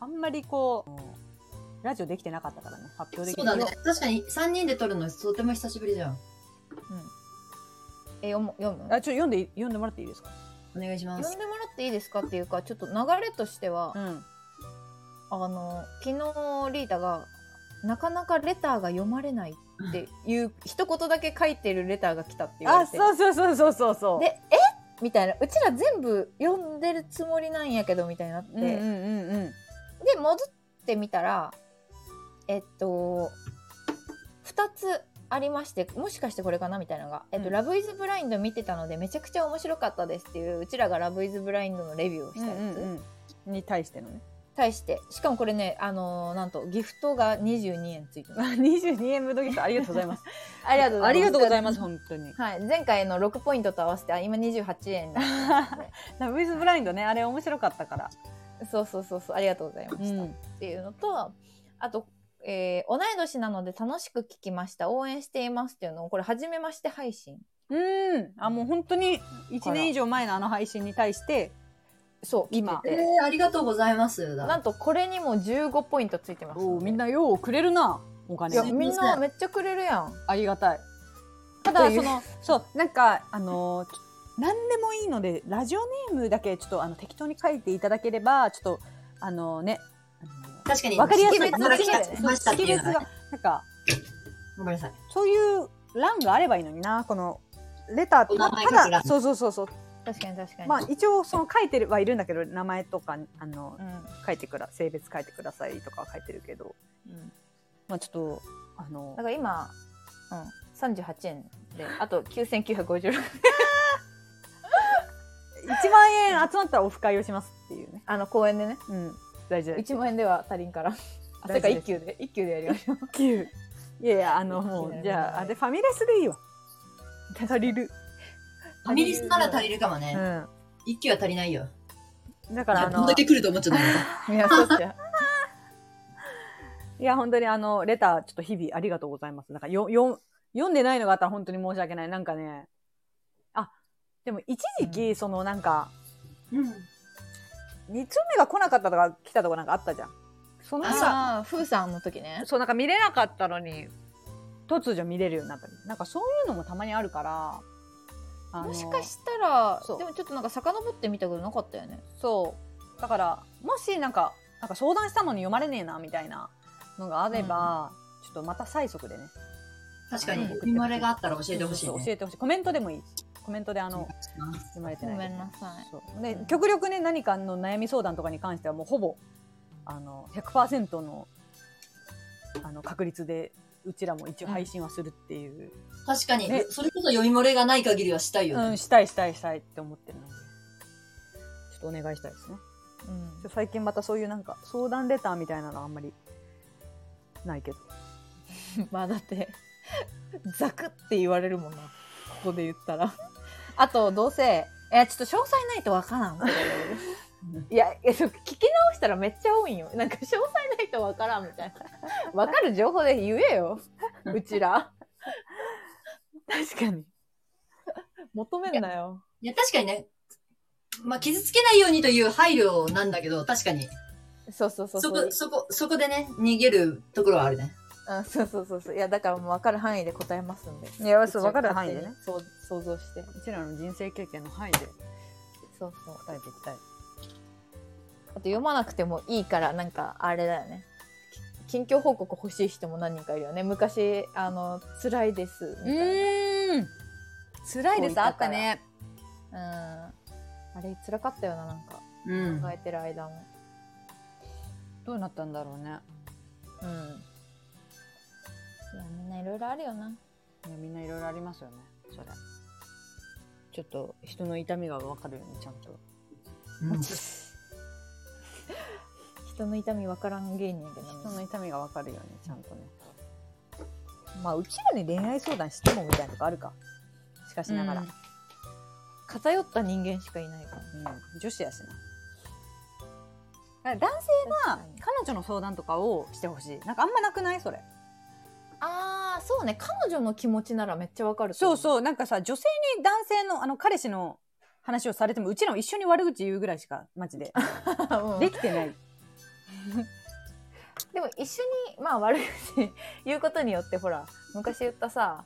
S1: あんまりこう、ラジオできてなかったからね、発表でき
S3: そ
S1: て
S3: う
S1: な
S3: だ
S1: い
S3: ね。確かに、3人で撮るのとても久しぶりじゃん。
S2: え読む読む
S1: あ、ちょ、読んでい、読んでもらっていいですか
S3: お願いしま
S2: 呼ん
S3: す。
S2: でもらっていいですかっていうかちょっと流れとしては、
S1: ん。
S2: あの昨日リータが「なかなかレターが読まれない」っていう一言だけ書いてるレターが来たって言わ
S1: あ、
S2: れて
S1: そうそうそうそうそうそう。
S2: で「えみたいなうちら全部読んでるつもりなんやけどみたいになって、
S1: うんうんうんうん。
S2: で戻ってみたらえっと2つありましてもしかしてこれかなみたいなのが「えっと
S1: うん
S2: ラブイズブラインド見てたのでめちゃくちゃ面白かったです」っていううちらがラブイズブラインドのレビューをしたやつ、
S1: うんうん。に対してのね。
S2: 対してしかもこれねあのーなんとギフトが22円ついてます
S1: 22円分のギフトありがとうございます。
S2: ありがとうございます
S1: ありがとうございます、本当 に。
S2: はい前回の6ポイントと合わせてあ今28円になってますね
S1: ラブイズブラインドね、あれ面白かったから。
S2: そうそうそうそうありがとうございました、っ。ていうのとあと、えー同い年なので楽しく聞きました応援していますっていうのをこれ初めまして配信
S1: うん。あ、もう本当に1年以上前のあの配信に対して、
S2: そう
S1: 今
S2: 今
S3: えー、ありがとうございます。だ
S2: なんとこれにも15ポイントついてます
S1: おーみん
S2: な
S1: なようくれるな、お金
S2: いや
S1: ね
S3: すいません
S2: みんなめっちゃくれるやん
S1: ありがたい。た
S2: と
S1: だ
S2: い
S1: そ
S2: う
S1: のそうなんかあのちょ何でもいいのでラジオネームだけちょっとあの適当に書いていただければちょっとあのねあ
S3: 確かに、
S1: のわかりやすい
S3: 識別が
S2: 識別
S3: 来ましたって
S1: 識
S3: いう
S1: 別
S3: のが
S1: がなんか
S3: ごめんなさい。
S1: そういう欄があればいいのになこのレター
S3: お名前書く
S1: ただ
S3: 欄
S1: そうそうそうそう
S2: 確かに確かに、
S1: まあ一応その書いてはいるんだけど名前とかあの
S2: うん
S1: 書いてくら性別書いてくださいとかは書いてるけど
S2: うん、
S1: まあちょっとあの
S2: だから今、うん、38円であと9956円
S1: 1万円集まったらオフ会をしますっていうね
S2: あの公園でね
S1: うん大事大事
S2: 1万円では足りんからあそ
S1: 大
S2: うか
S1: 事です
S2: 1級で一級でやりましょう
S1: 級いやいやあのもうじゃああれファミレスでいいわ足りる
S3: ファミリスなら足りるかも
S1: う
S3: ね。
S1: ん
S3: 一気は足りないよ。
S1: だからあ
S3: どん
S1: の
S3: だけ来ると思っちゃったよ
S2: いやそうっすよ
S1: いや本当にあのレターちょっと日々ありがとうございますなんかよよ読んでないのがあったら本当に申し訳ないなんかねあでも一時期そのなんか
S3: うん。
S1: 2通目が来なかったとか来たとかなんかあったじゃんそのさ
S2: ああふうさんの時ね
S1: そうなんか見れなかったのに突如見れるようになったみたいななんかそういうのもたまにあるからあの
S2: もしかしたら
S1: そう
S2: でもちょっとなんか遡ってみたことなかったよね
S1: そうだからもしなんかなんか相談したのに読まれねえなみたいなのがあれば、ちょっとまた催促でね
S3: 確かに、
S2: うん
S3: 読み漏れがあったら教えてほしい、
S1: そうそう
S3: ね。
S1: 教えてほしいコメントでもいいコメントであの
S3: お願いします
S1: 読まれて
S2: ご
S1: ない
S2: めんなさい
S1: そうで、
S2: うん
S1: 極力ね何かの悩み相談とかに関してはもうほぼあの100%のあの確率でうちらも一応配信はするっていう、
S3: 確かに、
S1: ね
S3: それこそ読み漏れがない限りはしたいうよね。
S1: んしたいしたいしたいって思ってるのでちょっとお願いしたいですね
S2: うん
S1: ちょ最近またそういうなんか相談レターみたいなのあんまりないけど
S2: まあだって ザクって言われるもんなここで言ったらあとどうせいやちょっと詳細ないとわからん みたいないやいやそう聞き直したらめっちゃ多いんよなんか詳細ないとわからんみたい なわかる情報で言えようちら
S1: 確かに
S2: 求めんなよ
S3: いや、確かにね。まあ、傷つけないようにという配慮なんだけど、確かに。
S2: そうそうそう
S3: そ
S2: そう
S3: こ、そこ、そこでね、逃げるところはあるね。
S2: うんそうそうそうそういやだからもう分かる範囲で答えますんで
S1: いやそう分かる範囲でね
S2: そう想像して
S1: うちらの人生経験の範囲で
S2: そうそう
S1: 答えていきたい
S2: あと読まなくてもいいからなんかあれだよねき近況報告欲しい人も何人かいるよね昔あの辛いですみたい
S1: うん辛い
S2: い
S1: で
S2: ですす
S1: あ
S2: あ
S1: っ
S2: ったた
S1: ね
S2: ねなうんあれ辛かったよななんか
S3: うん
S2: 考えてる間も
S1: どうなったんだろうね
S2: うん、いやみんないろいろあるよない
S1: やみんないろいろありますよねそれちょっと人の痛みが分かるようにちゃんと
S3: うん
S2: 人の痛み分からん芸人やけどね
S1: 人の痛みが分かるようにちゃんとね
S2: まあう
S1: うちらに恋愛相談してもみたいなとこあるかしかしながら、
S3: う
S1: うん
S2: 偏った人間しかいないから
S1: ん女子やしな男性が
S2: 確かに
S1: 彼女の相談とかをしてほしいなんかあんまなくないそれ
S2: ああそうね彼女の気持ちならめっちゃ分かると
S1: そ
S2: 思
S1: うそうなんかさ女性に男性のあの彼氏の話をされてもうちらも一緒に悪口言うぐらいしかマジで
S2: うん
S1: できてない
S2: でも一緒にまあ悪口言うことによってほら昔言ったさ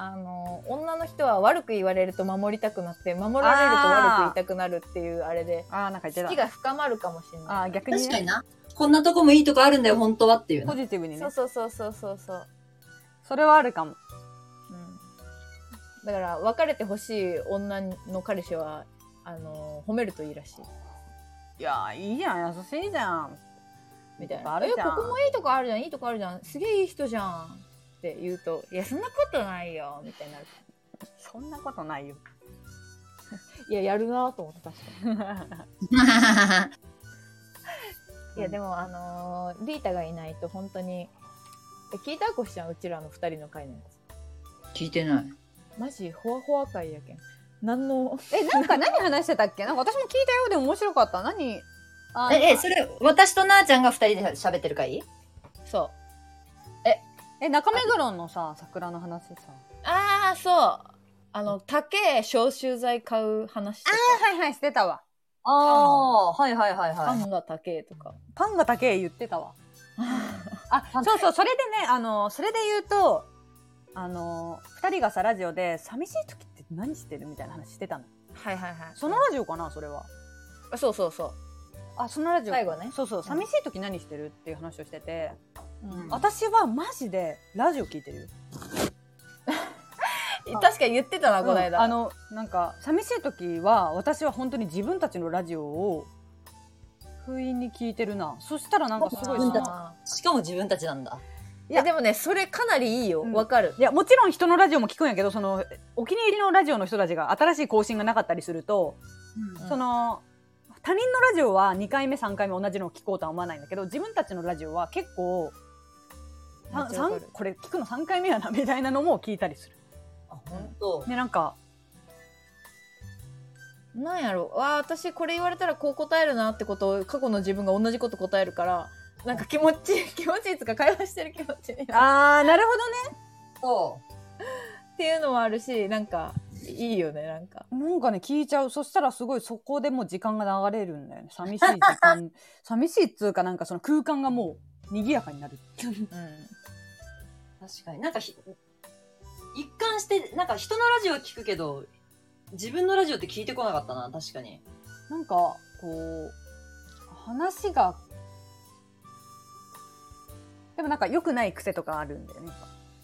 S2: あの女の人は悪く言われると守りたくなって守られると悪く言いたくなるっていうあれで
S1: あーなんか言ってた
S2: 好きが深まるかもしれ
S1: あ
S2: な
S1: ー
S2: い
S1: 逆に,、
S3: 確かに
S1: ね、
S3: な。こんなとこもいいとこあるんだよ、本当はっていう
S1: ポ
S3: ね。
S1: ジティブにね
S2: そうそうそうそうそうそう、
S1: それはあるかも
S2: うん、だから別れてほしい女の彼氏はあの褒めるといいらしい
S1: いやーいいじゃん優しいじゃん
S2: みたい
S1: あ
S2: な「
S1: る
S2: え
S1: じゃん
S2: ここもいいとこあるじゃんいいとこあるじゃんすげえいい人じゃん」って言うと「いやそんなことないよ」みたいになる
S1: そんなことないよ
S2: いややるなと思って確かに。いやでもあのーリータがいないと本当にえ聞いたこしちゃんうちらの2人の会のやつ
S3: 聞いてない。
S2: マジホワホワ会やけん何の
S1: えなんか何話してたっけなんか私も聞いたようでも面白かった何あ
S3: え、え、それ、私となーちゃんが二人で喋ってるかい
S2: そう
S1: え中目黒のさ桜の話さ
S2: ああそうあの竹消臭剤買う話とか
S1: はいはいしてたわ
S3: あ
S2: あ、
S3: はいはいはい
S2: パンが竹とか
S1: パンが高え言ってた わあそうそうそれでねあのそれで言うとあの2人がさラジオで「寂しい時って何してる?」みたいな話してたの
S2: はいはいはい
S1: そのラジオかなそれは
S2: あそうそうそ
S1: あそのラジオ
S2: 最後ね
S1: そうそう寂しい時何してるっていう話をしてて、
S2: う、
S3: うん
S2: あ
S1: 私はマジでラジオ聞いてるよ
S2: 確かに言ってたなこの間、
S1: うんあのなんか寂しい時は私は本当に自分たちのラジオを不意に聞いてるなそしたらなんかすごい
S3: 自分た
S1: い
S3: ちしかも自分たちなんだ。
S2: いやでもねそれかなりいいよ
S1: うん
S2: わ、かる
S1: やもちろん人のラジオも聞くんやけどそのお気に入りのラジオの人たちが新しい更新がなかったりすると、
S2: うん
S1: その他人のラジオは2回目3回目同じのを聞こうとは思わないんだけど自分たちのラジオは結構さん
S2: めっちゃわかる
S1: さんこれ聞くの3回目やなみたいなのも聞いたりする。
S3: あ、本当。
S1: ねなんか
S2: なんやろわあ私これ言われたらこう答えるなってことを過去の自分が同じこと答えるからなんか気持ち いい気持ちいいっつうか会話してる気持ちになる
S1: あーなるほどね
S3: そ
S2: っていうのもあるしなんかいいよねなんか
S1: なんかね聞いちゃうそしたらすごいそこでもう時間が流れるんだよね寂しい時間寂しいっつうかなんかその空間がもう賑やかになる
S2: う
S3: う。確かになんかひ、一貫して、なんか人のラジオ聞くけど、自分のラジオって聞いてこなかったな、確かに。
S1: なんかこう話がでもなんか良くない癖とかあるんだよね。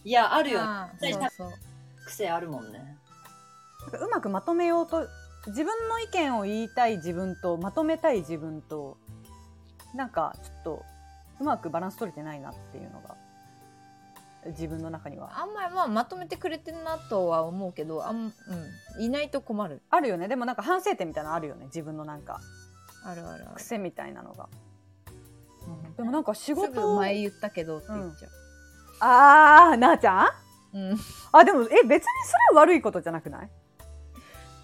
S3: いや、あるよ。
S2: あー
S3: 絶対
S2: そう
S3: 癖あるもんね。
S1: なんかうまくまとめようと自分の意見を言いたい自分とまとめたい自分となんかちょっとうまくバランス取れてないなっていうのが自分の中には
S2: あんまりまあまとめてくれてるなとは思うけどあん、うん、いないと困る
S1: あるよねでもなんか反省点みたいなのあるよね自分のなんか
S2: あるあるある
S1: 癖みたいなのがでもなんか仕
S2: す
S1: 事
S2: ぐ
S1: を
S2: 前言ったけどって言っちゃう、
S1: あーなあちゃん
S2: うん
S1: あでもえ別にそれは悪いことじゃなくない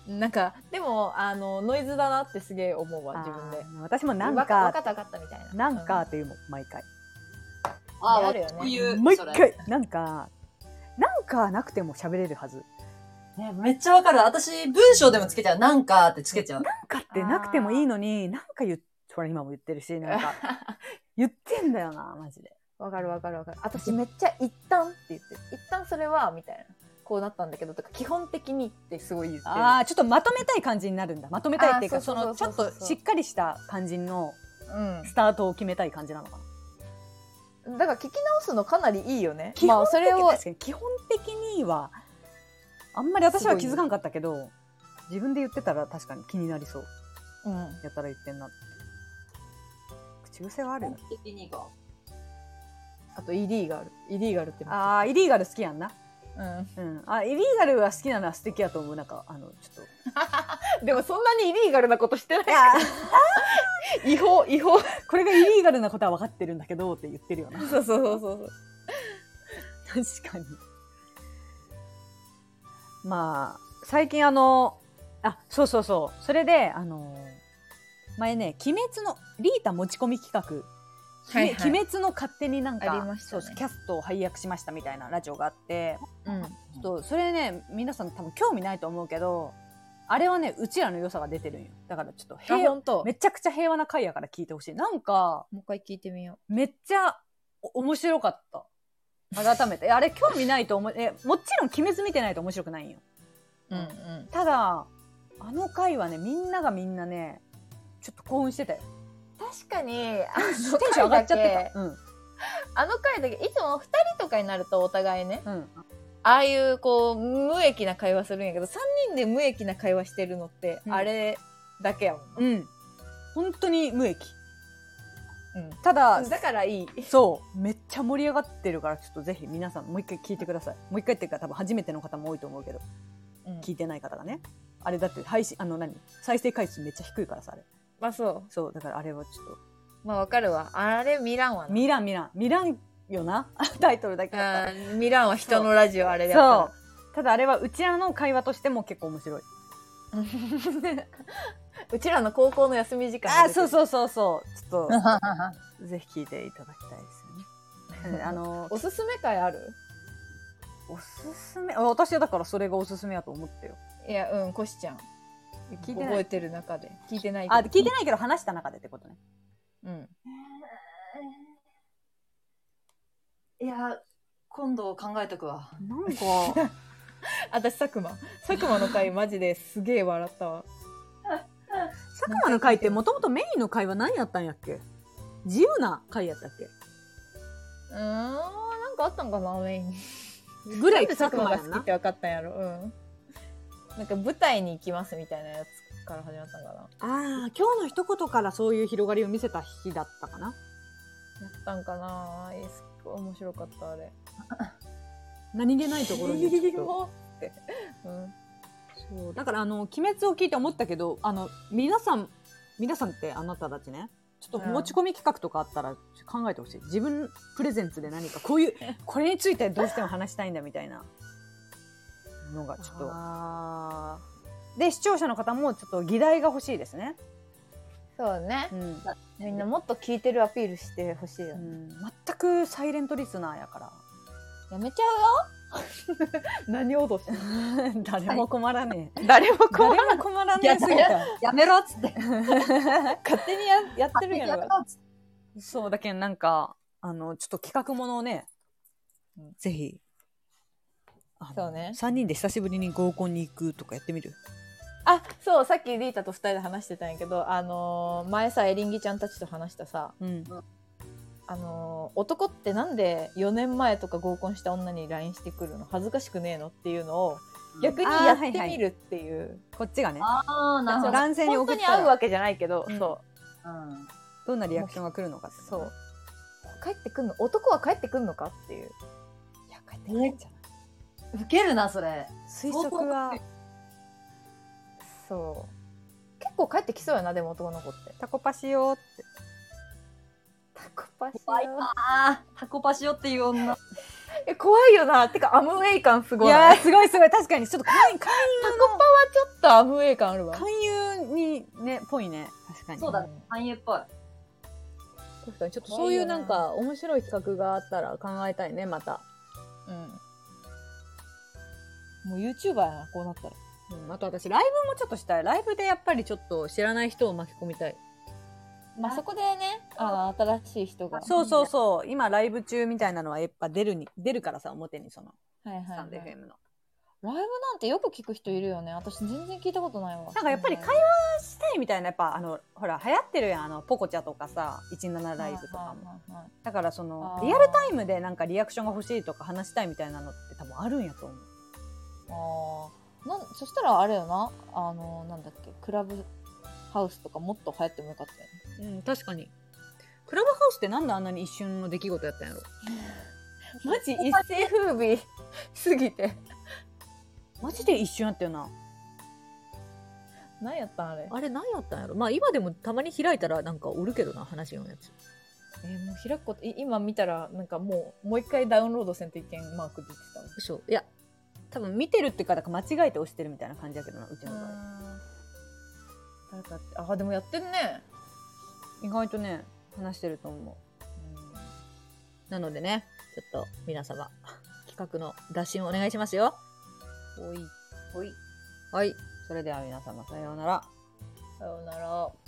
S2: なん かでもあのノイズだなってすげえ思うわ自分で
S1: あー私もなん
S2: わわか
S1: か
S2: ったわかったみたいな
S1: なんか
S2: う
S1: っていうもん毎回
S3: あ
S2: あるよね
S3: こういう。
S1: 毎
S3: それ
S1: 回なんかなんかなくても喋れるはず
S3: ねめっちゃわかる。私、文章でもつけちゃう。なんかってつけちゃう。
S1: なんかってなくてもいいのに、なんか言っ、ほら今も言ってるし、なん か言ってんだよな、マジで。
S2: わかるわかるわかる。私めっちゃ一旦って言ってる。一旦それは、みたいな。こうなったんだけど、とか、基本的にってすごい言ってる。
S1: ああ、ちょっとまとめたい感じになるんだ。まとめたいっていう
S2: あ
S1: か、
S2: ーそ
S1: そう
S2: そう
S1: のち
S2: そ
S1: ょ
S2: う
S1: っ
S2: そう
S1: としっかりした感じのスタートを決めたい感じなのかな。
S2: うん。だから聞き直すのかなりいいよね。
S1: 基
S2: ま
S1: 本
S2: あ、
S1: 的
S2: それを
S1: 確、かに基本的には、あんまり私は気づかんかったけど、自分で言ってたら確かに気になりそう。
S2: うん。
S1: やたら言ってんなって。口癖はあるよね。
S3: 的にが。
S2: あと、イリーガル。イリーガルってめっちゃ
S1: ああ、イリーガル好きやんな。
S2: う
S1: うん。あ、イリーガルは好きなのは素敵やと思う。なんか、あの、ちょっと。
S2: ん。でも、そんなにイリーガルなことしてない
S1: い。や
S2: 違法、違法。。
S1: これがイリーガルなことは分かってるんだけどって言ってるよな
S2: そうそうそうそう。
S1: 確かに。まあ、最近あの、あ、そうそうそう。それで、あの、前ね、鬼滅の、リータ持ち込み企画、
S2: はいはい
S1: き鬼滅の勝手になんか、
S2: ありました
S1: そ
S2: ね
S1: うそうキャストを配役しましたみたいなラジオがあって、
S2: うん。
S1: ちょっとそれね、皆さん多分興味ないと思うけど、あれはね、うちらの良さが出てるんよ。だからちょっと
S2: あ、
S1: 平
S2: ほ
S1: 和、
S2: んと。も
S1: めちゃくちゃ平和な回やから聞いてほしい。なんか、
S2: う一回聞いてみよ
S1: めっちゃお面白かった。改めて。えあれ、興味ないと思う。え、もちろん鬼滅見てないと面白くないんよ。
S2: う。うんうん。
S1: ただ、あの回はね、みんながみんなね、ちょっと興奮してたよ。
S2: 確かに、あ
S1: テンション上がっちゃってた。うん。
S2: あの回だけ、いつも二人とかになるとお互いね、
S1: うん。
S2: ああいうこう無益な会話するんやけど3人で無益な会話してるのって
S1: うん
S2: あれだけやもん、
S1: うん。本当に無益。
S2: うん
S1: ただ、
S2: だからいい
S1: そう、めっちゃ盛り上がってるから、ちょっとぜひ皆さんもう一回聞いてください。もう一回っていうか、多分初めての方も多いと思うけど、
S2: うん
S1: 聞いてない方がね。あれだって配信、あの何再生回数めっちゃ低いからさ、あれ。
S2: まあそ
S1: そう、だからあれはちょっと、
S2: うまあわかるわあれ見らんわな
S1: ミランミランミランよな タイトルだけだっ
S2: うん見らんわ人のラジオあれ
S1: た
S2: でや
S1: そうただあれはうちらの会話としても結構面 白い
S2: そううちらの高校の休み時間
S1: あーそう
S2: う
S1: そうそうそうちょっ とぜひ聞いていただきたいですよねうんあの
S2: おすすめ会ある
S1: おすすめあ私はだからそれがおすすめやと思ってよ
S2: いやうんコシちゃん
S1: 聞いて
S2: 覚
S1: な
S2: え
S1: い
S2: てる中で聞いてない
S1: あ聞いてないけど話した中でってことね
S2: うん
S3: いや、今度考えとくわ。
S1: なん か
S2: 私佐久間佐久間の回マジですげえ笑ったわ
S1: 佐久間の会ってもともとメインの会は何やったんやっけ自由な会やったっけ
S2: うーんなんかあったんかなメインに
S1: ぐら
S2: ないんで佐久間
S1: や
S2: が
S1: ん
S2: 好き
S1: な
S2: って分かったんやろうんなんか舞台に行きますみたいなやつから始まったんかなや
S1: ああ今日の一言からそういう広がりを見せた日だったかな
S2: ったんかなえすっごい面白かったあれ
S1: 何気ないところにちょっと
S2: って、うん、
S1: そうだからあの「鬼滅」を聞いて思ったけどあの皆さん皆さんってあなたたちねちょっと
S2: うん
S1: 持ち込み企画とかあったら考えてほしい自分プレゼンツで何かこう いうこれについてどうしても話したいんだみたいなのがちょっと
S2: あ
S1: で視聴者の方もちょっと議題が欲しいですね、
S2: ーそうね
S1: うん
S2: みんなもっと聞いてるアピールしてほしいよ
S1: う
S2: ね、
S1: ん全くサイレントリスナーや から
S2: やめちゃうよ 何を脅して
S1: 誰も困らねえ、
S2: 誰もこう
S1: 誰も困らねえすぎた
S3: やめろっつって。
S2: 勝手にややってるんや
S3: やめ
S2: ろ
S3: ろっつって。
S1: そうだけんなんかあのちょっと企画ものをね、
S2: うん
S1: ぜひあの
S2: そうね
S1: 3人で久しぶりに合コンに行くとかやってみる
S2: あそうさっきリータと2人で話してたんやけど、あのー前さエリンギちゃんたちと話したさ、
S1: うん
S2: あのー男ってなんで4年前とか合コンした女に LINE してくるの恥ずかしくねえのっていうのを逆に
S1: あー
S2: やっ
S1: はい
S2: て
S1: はい
S2: みるっていう、
S1: こっちがね
S3: ああ、なる
S2: そ
S3: ほ
S2: う
S3: ど。
S1: 男性に送
S2: 本
S1: った
S2: 当
S1: ら
S2: に会うわけじゃないけど、
S1: うん
S2: そ
S3: うん
S1: どんなリアクションが来るのかって
S2: うそう帰ってくんの男は帰ってくんのかっていういや帰ってくるんじゃない
S4: 受けるな、それ。
S1: 推測は
S2: そう結構帰ってきそうやなでも男の子って
S1: タコパしようって
S2: タコパし
S4: 怖いわあー、タコパしよっていう女。
S2: え怖いよなてかアムウェイ感すごい
S1: いやーすごいすごい確かにちょっと勧勧
S2: タコパはちょっとアムウェイ感あるわ
S1: 勧誘にねぽいね確かに
S4: そうだね。俳優っぽい。
S2: 確かにちょっとそういうなんか面白い企画があったら考えたいねまたうんもう YouTuber やなこうなったら
S1: うんあと私ライブもちょっとしたいライブでやっぱりちょっと知らない人を巻き込みたい
S2: まあそこでねあの新しい人が
S1: そうそうそう今ライブ中みたいなのはやっぱ出るに出るからさ表にその
S2: はいはい、
S1: ス
S2: は
S1: タ
S2: い、
S1: ンド
S2: ライ
S1: FM の
S2: ブなんてよく聞く人いるよね私全然聞いたことないわ
S1: なんかやっぱり会
S2: 話
S1: 話したいみたいなやっぱあのほら流行ってるやんあのポコチャとかさ177ライブとかもだからその
S2: あー
S1: リアルタイムでなんかリアクションが欲しいとか話したいみたいなのって多分あるんやと思う
S2: あーなんそしたらあれよなあのなんだっけクラブハウスとかもっと流行ってもよかったよね
S1: うん確かにクラブハウスってなんであんなに一瞬の出来事やったんやろ
S2: マジ一世風靡すぎて
S1: マジで一瞬やったよな
S2: 何やったんあれ
S5: あれ何やったんやろまあ今でもたまに開いたらなんかおるけどな話のやつ
S2: えーもう開くことい今見たらなんかもうもう一回ダウンロードせんといけんマーク出てたもん
S5: そういや
S1: 多分見てるっていうかだから間違えて押してるみたいな感じやけどなうちの場合
S2: 誰かやってあでもやってんね、
S1: 意外とね話してると思
S5: なのでねちょっと皆様企画の打診をお願いしますよ
S1: うおい
S4: ほい。
S5: はい
S1: それでは皆様さようなら
S2: さようなら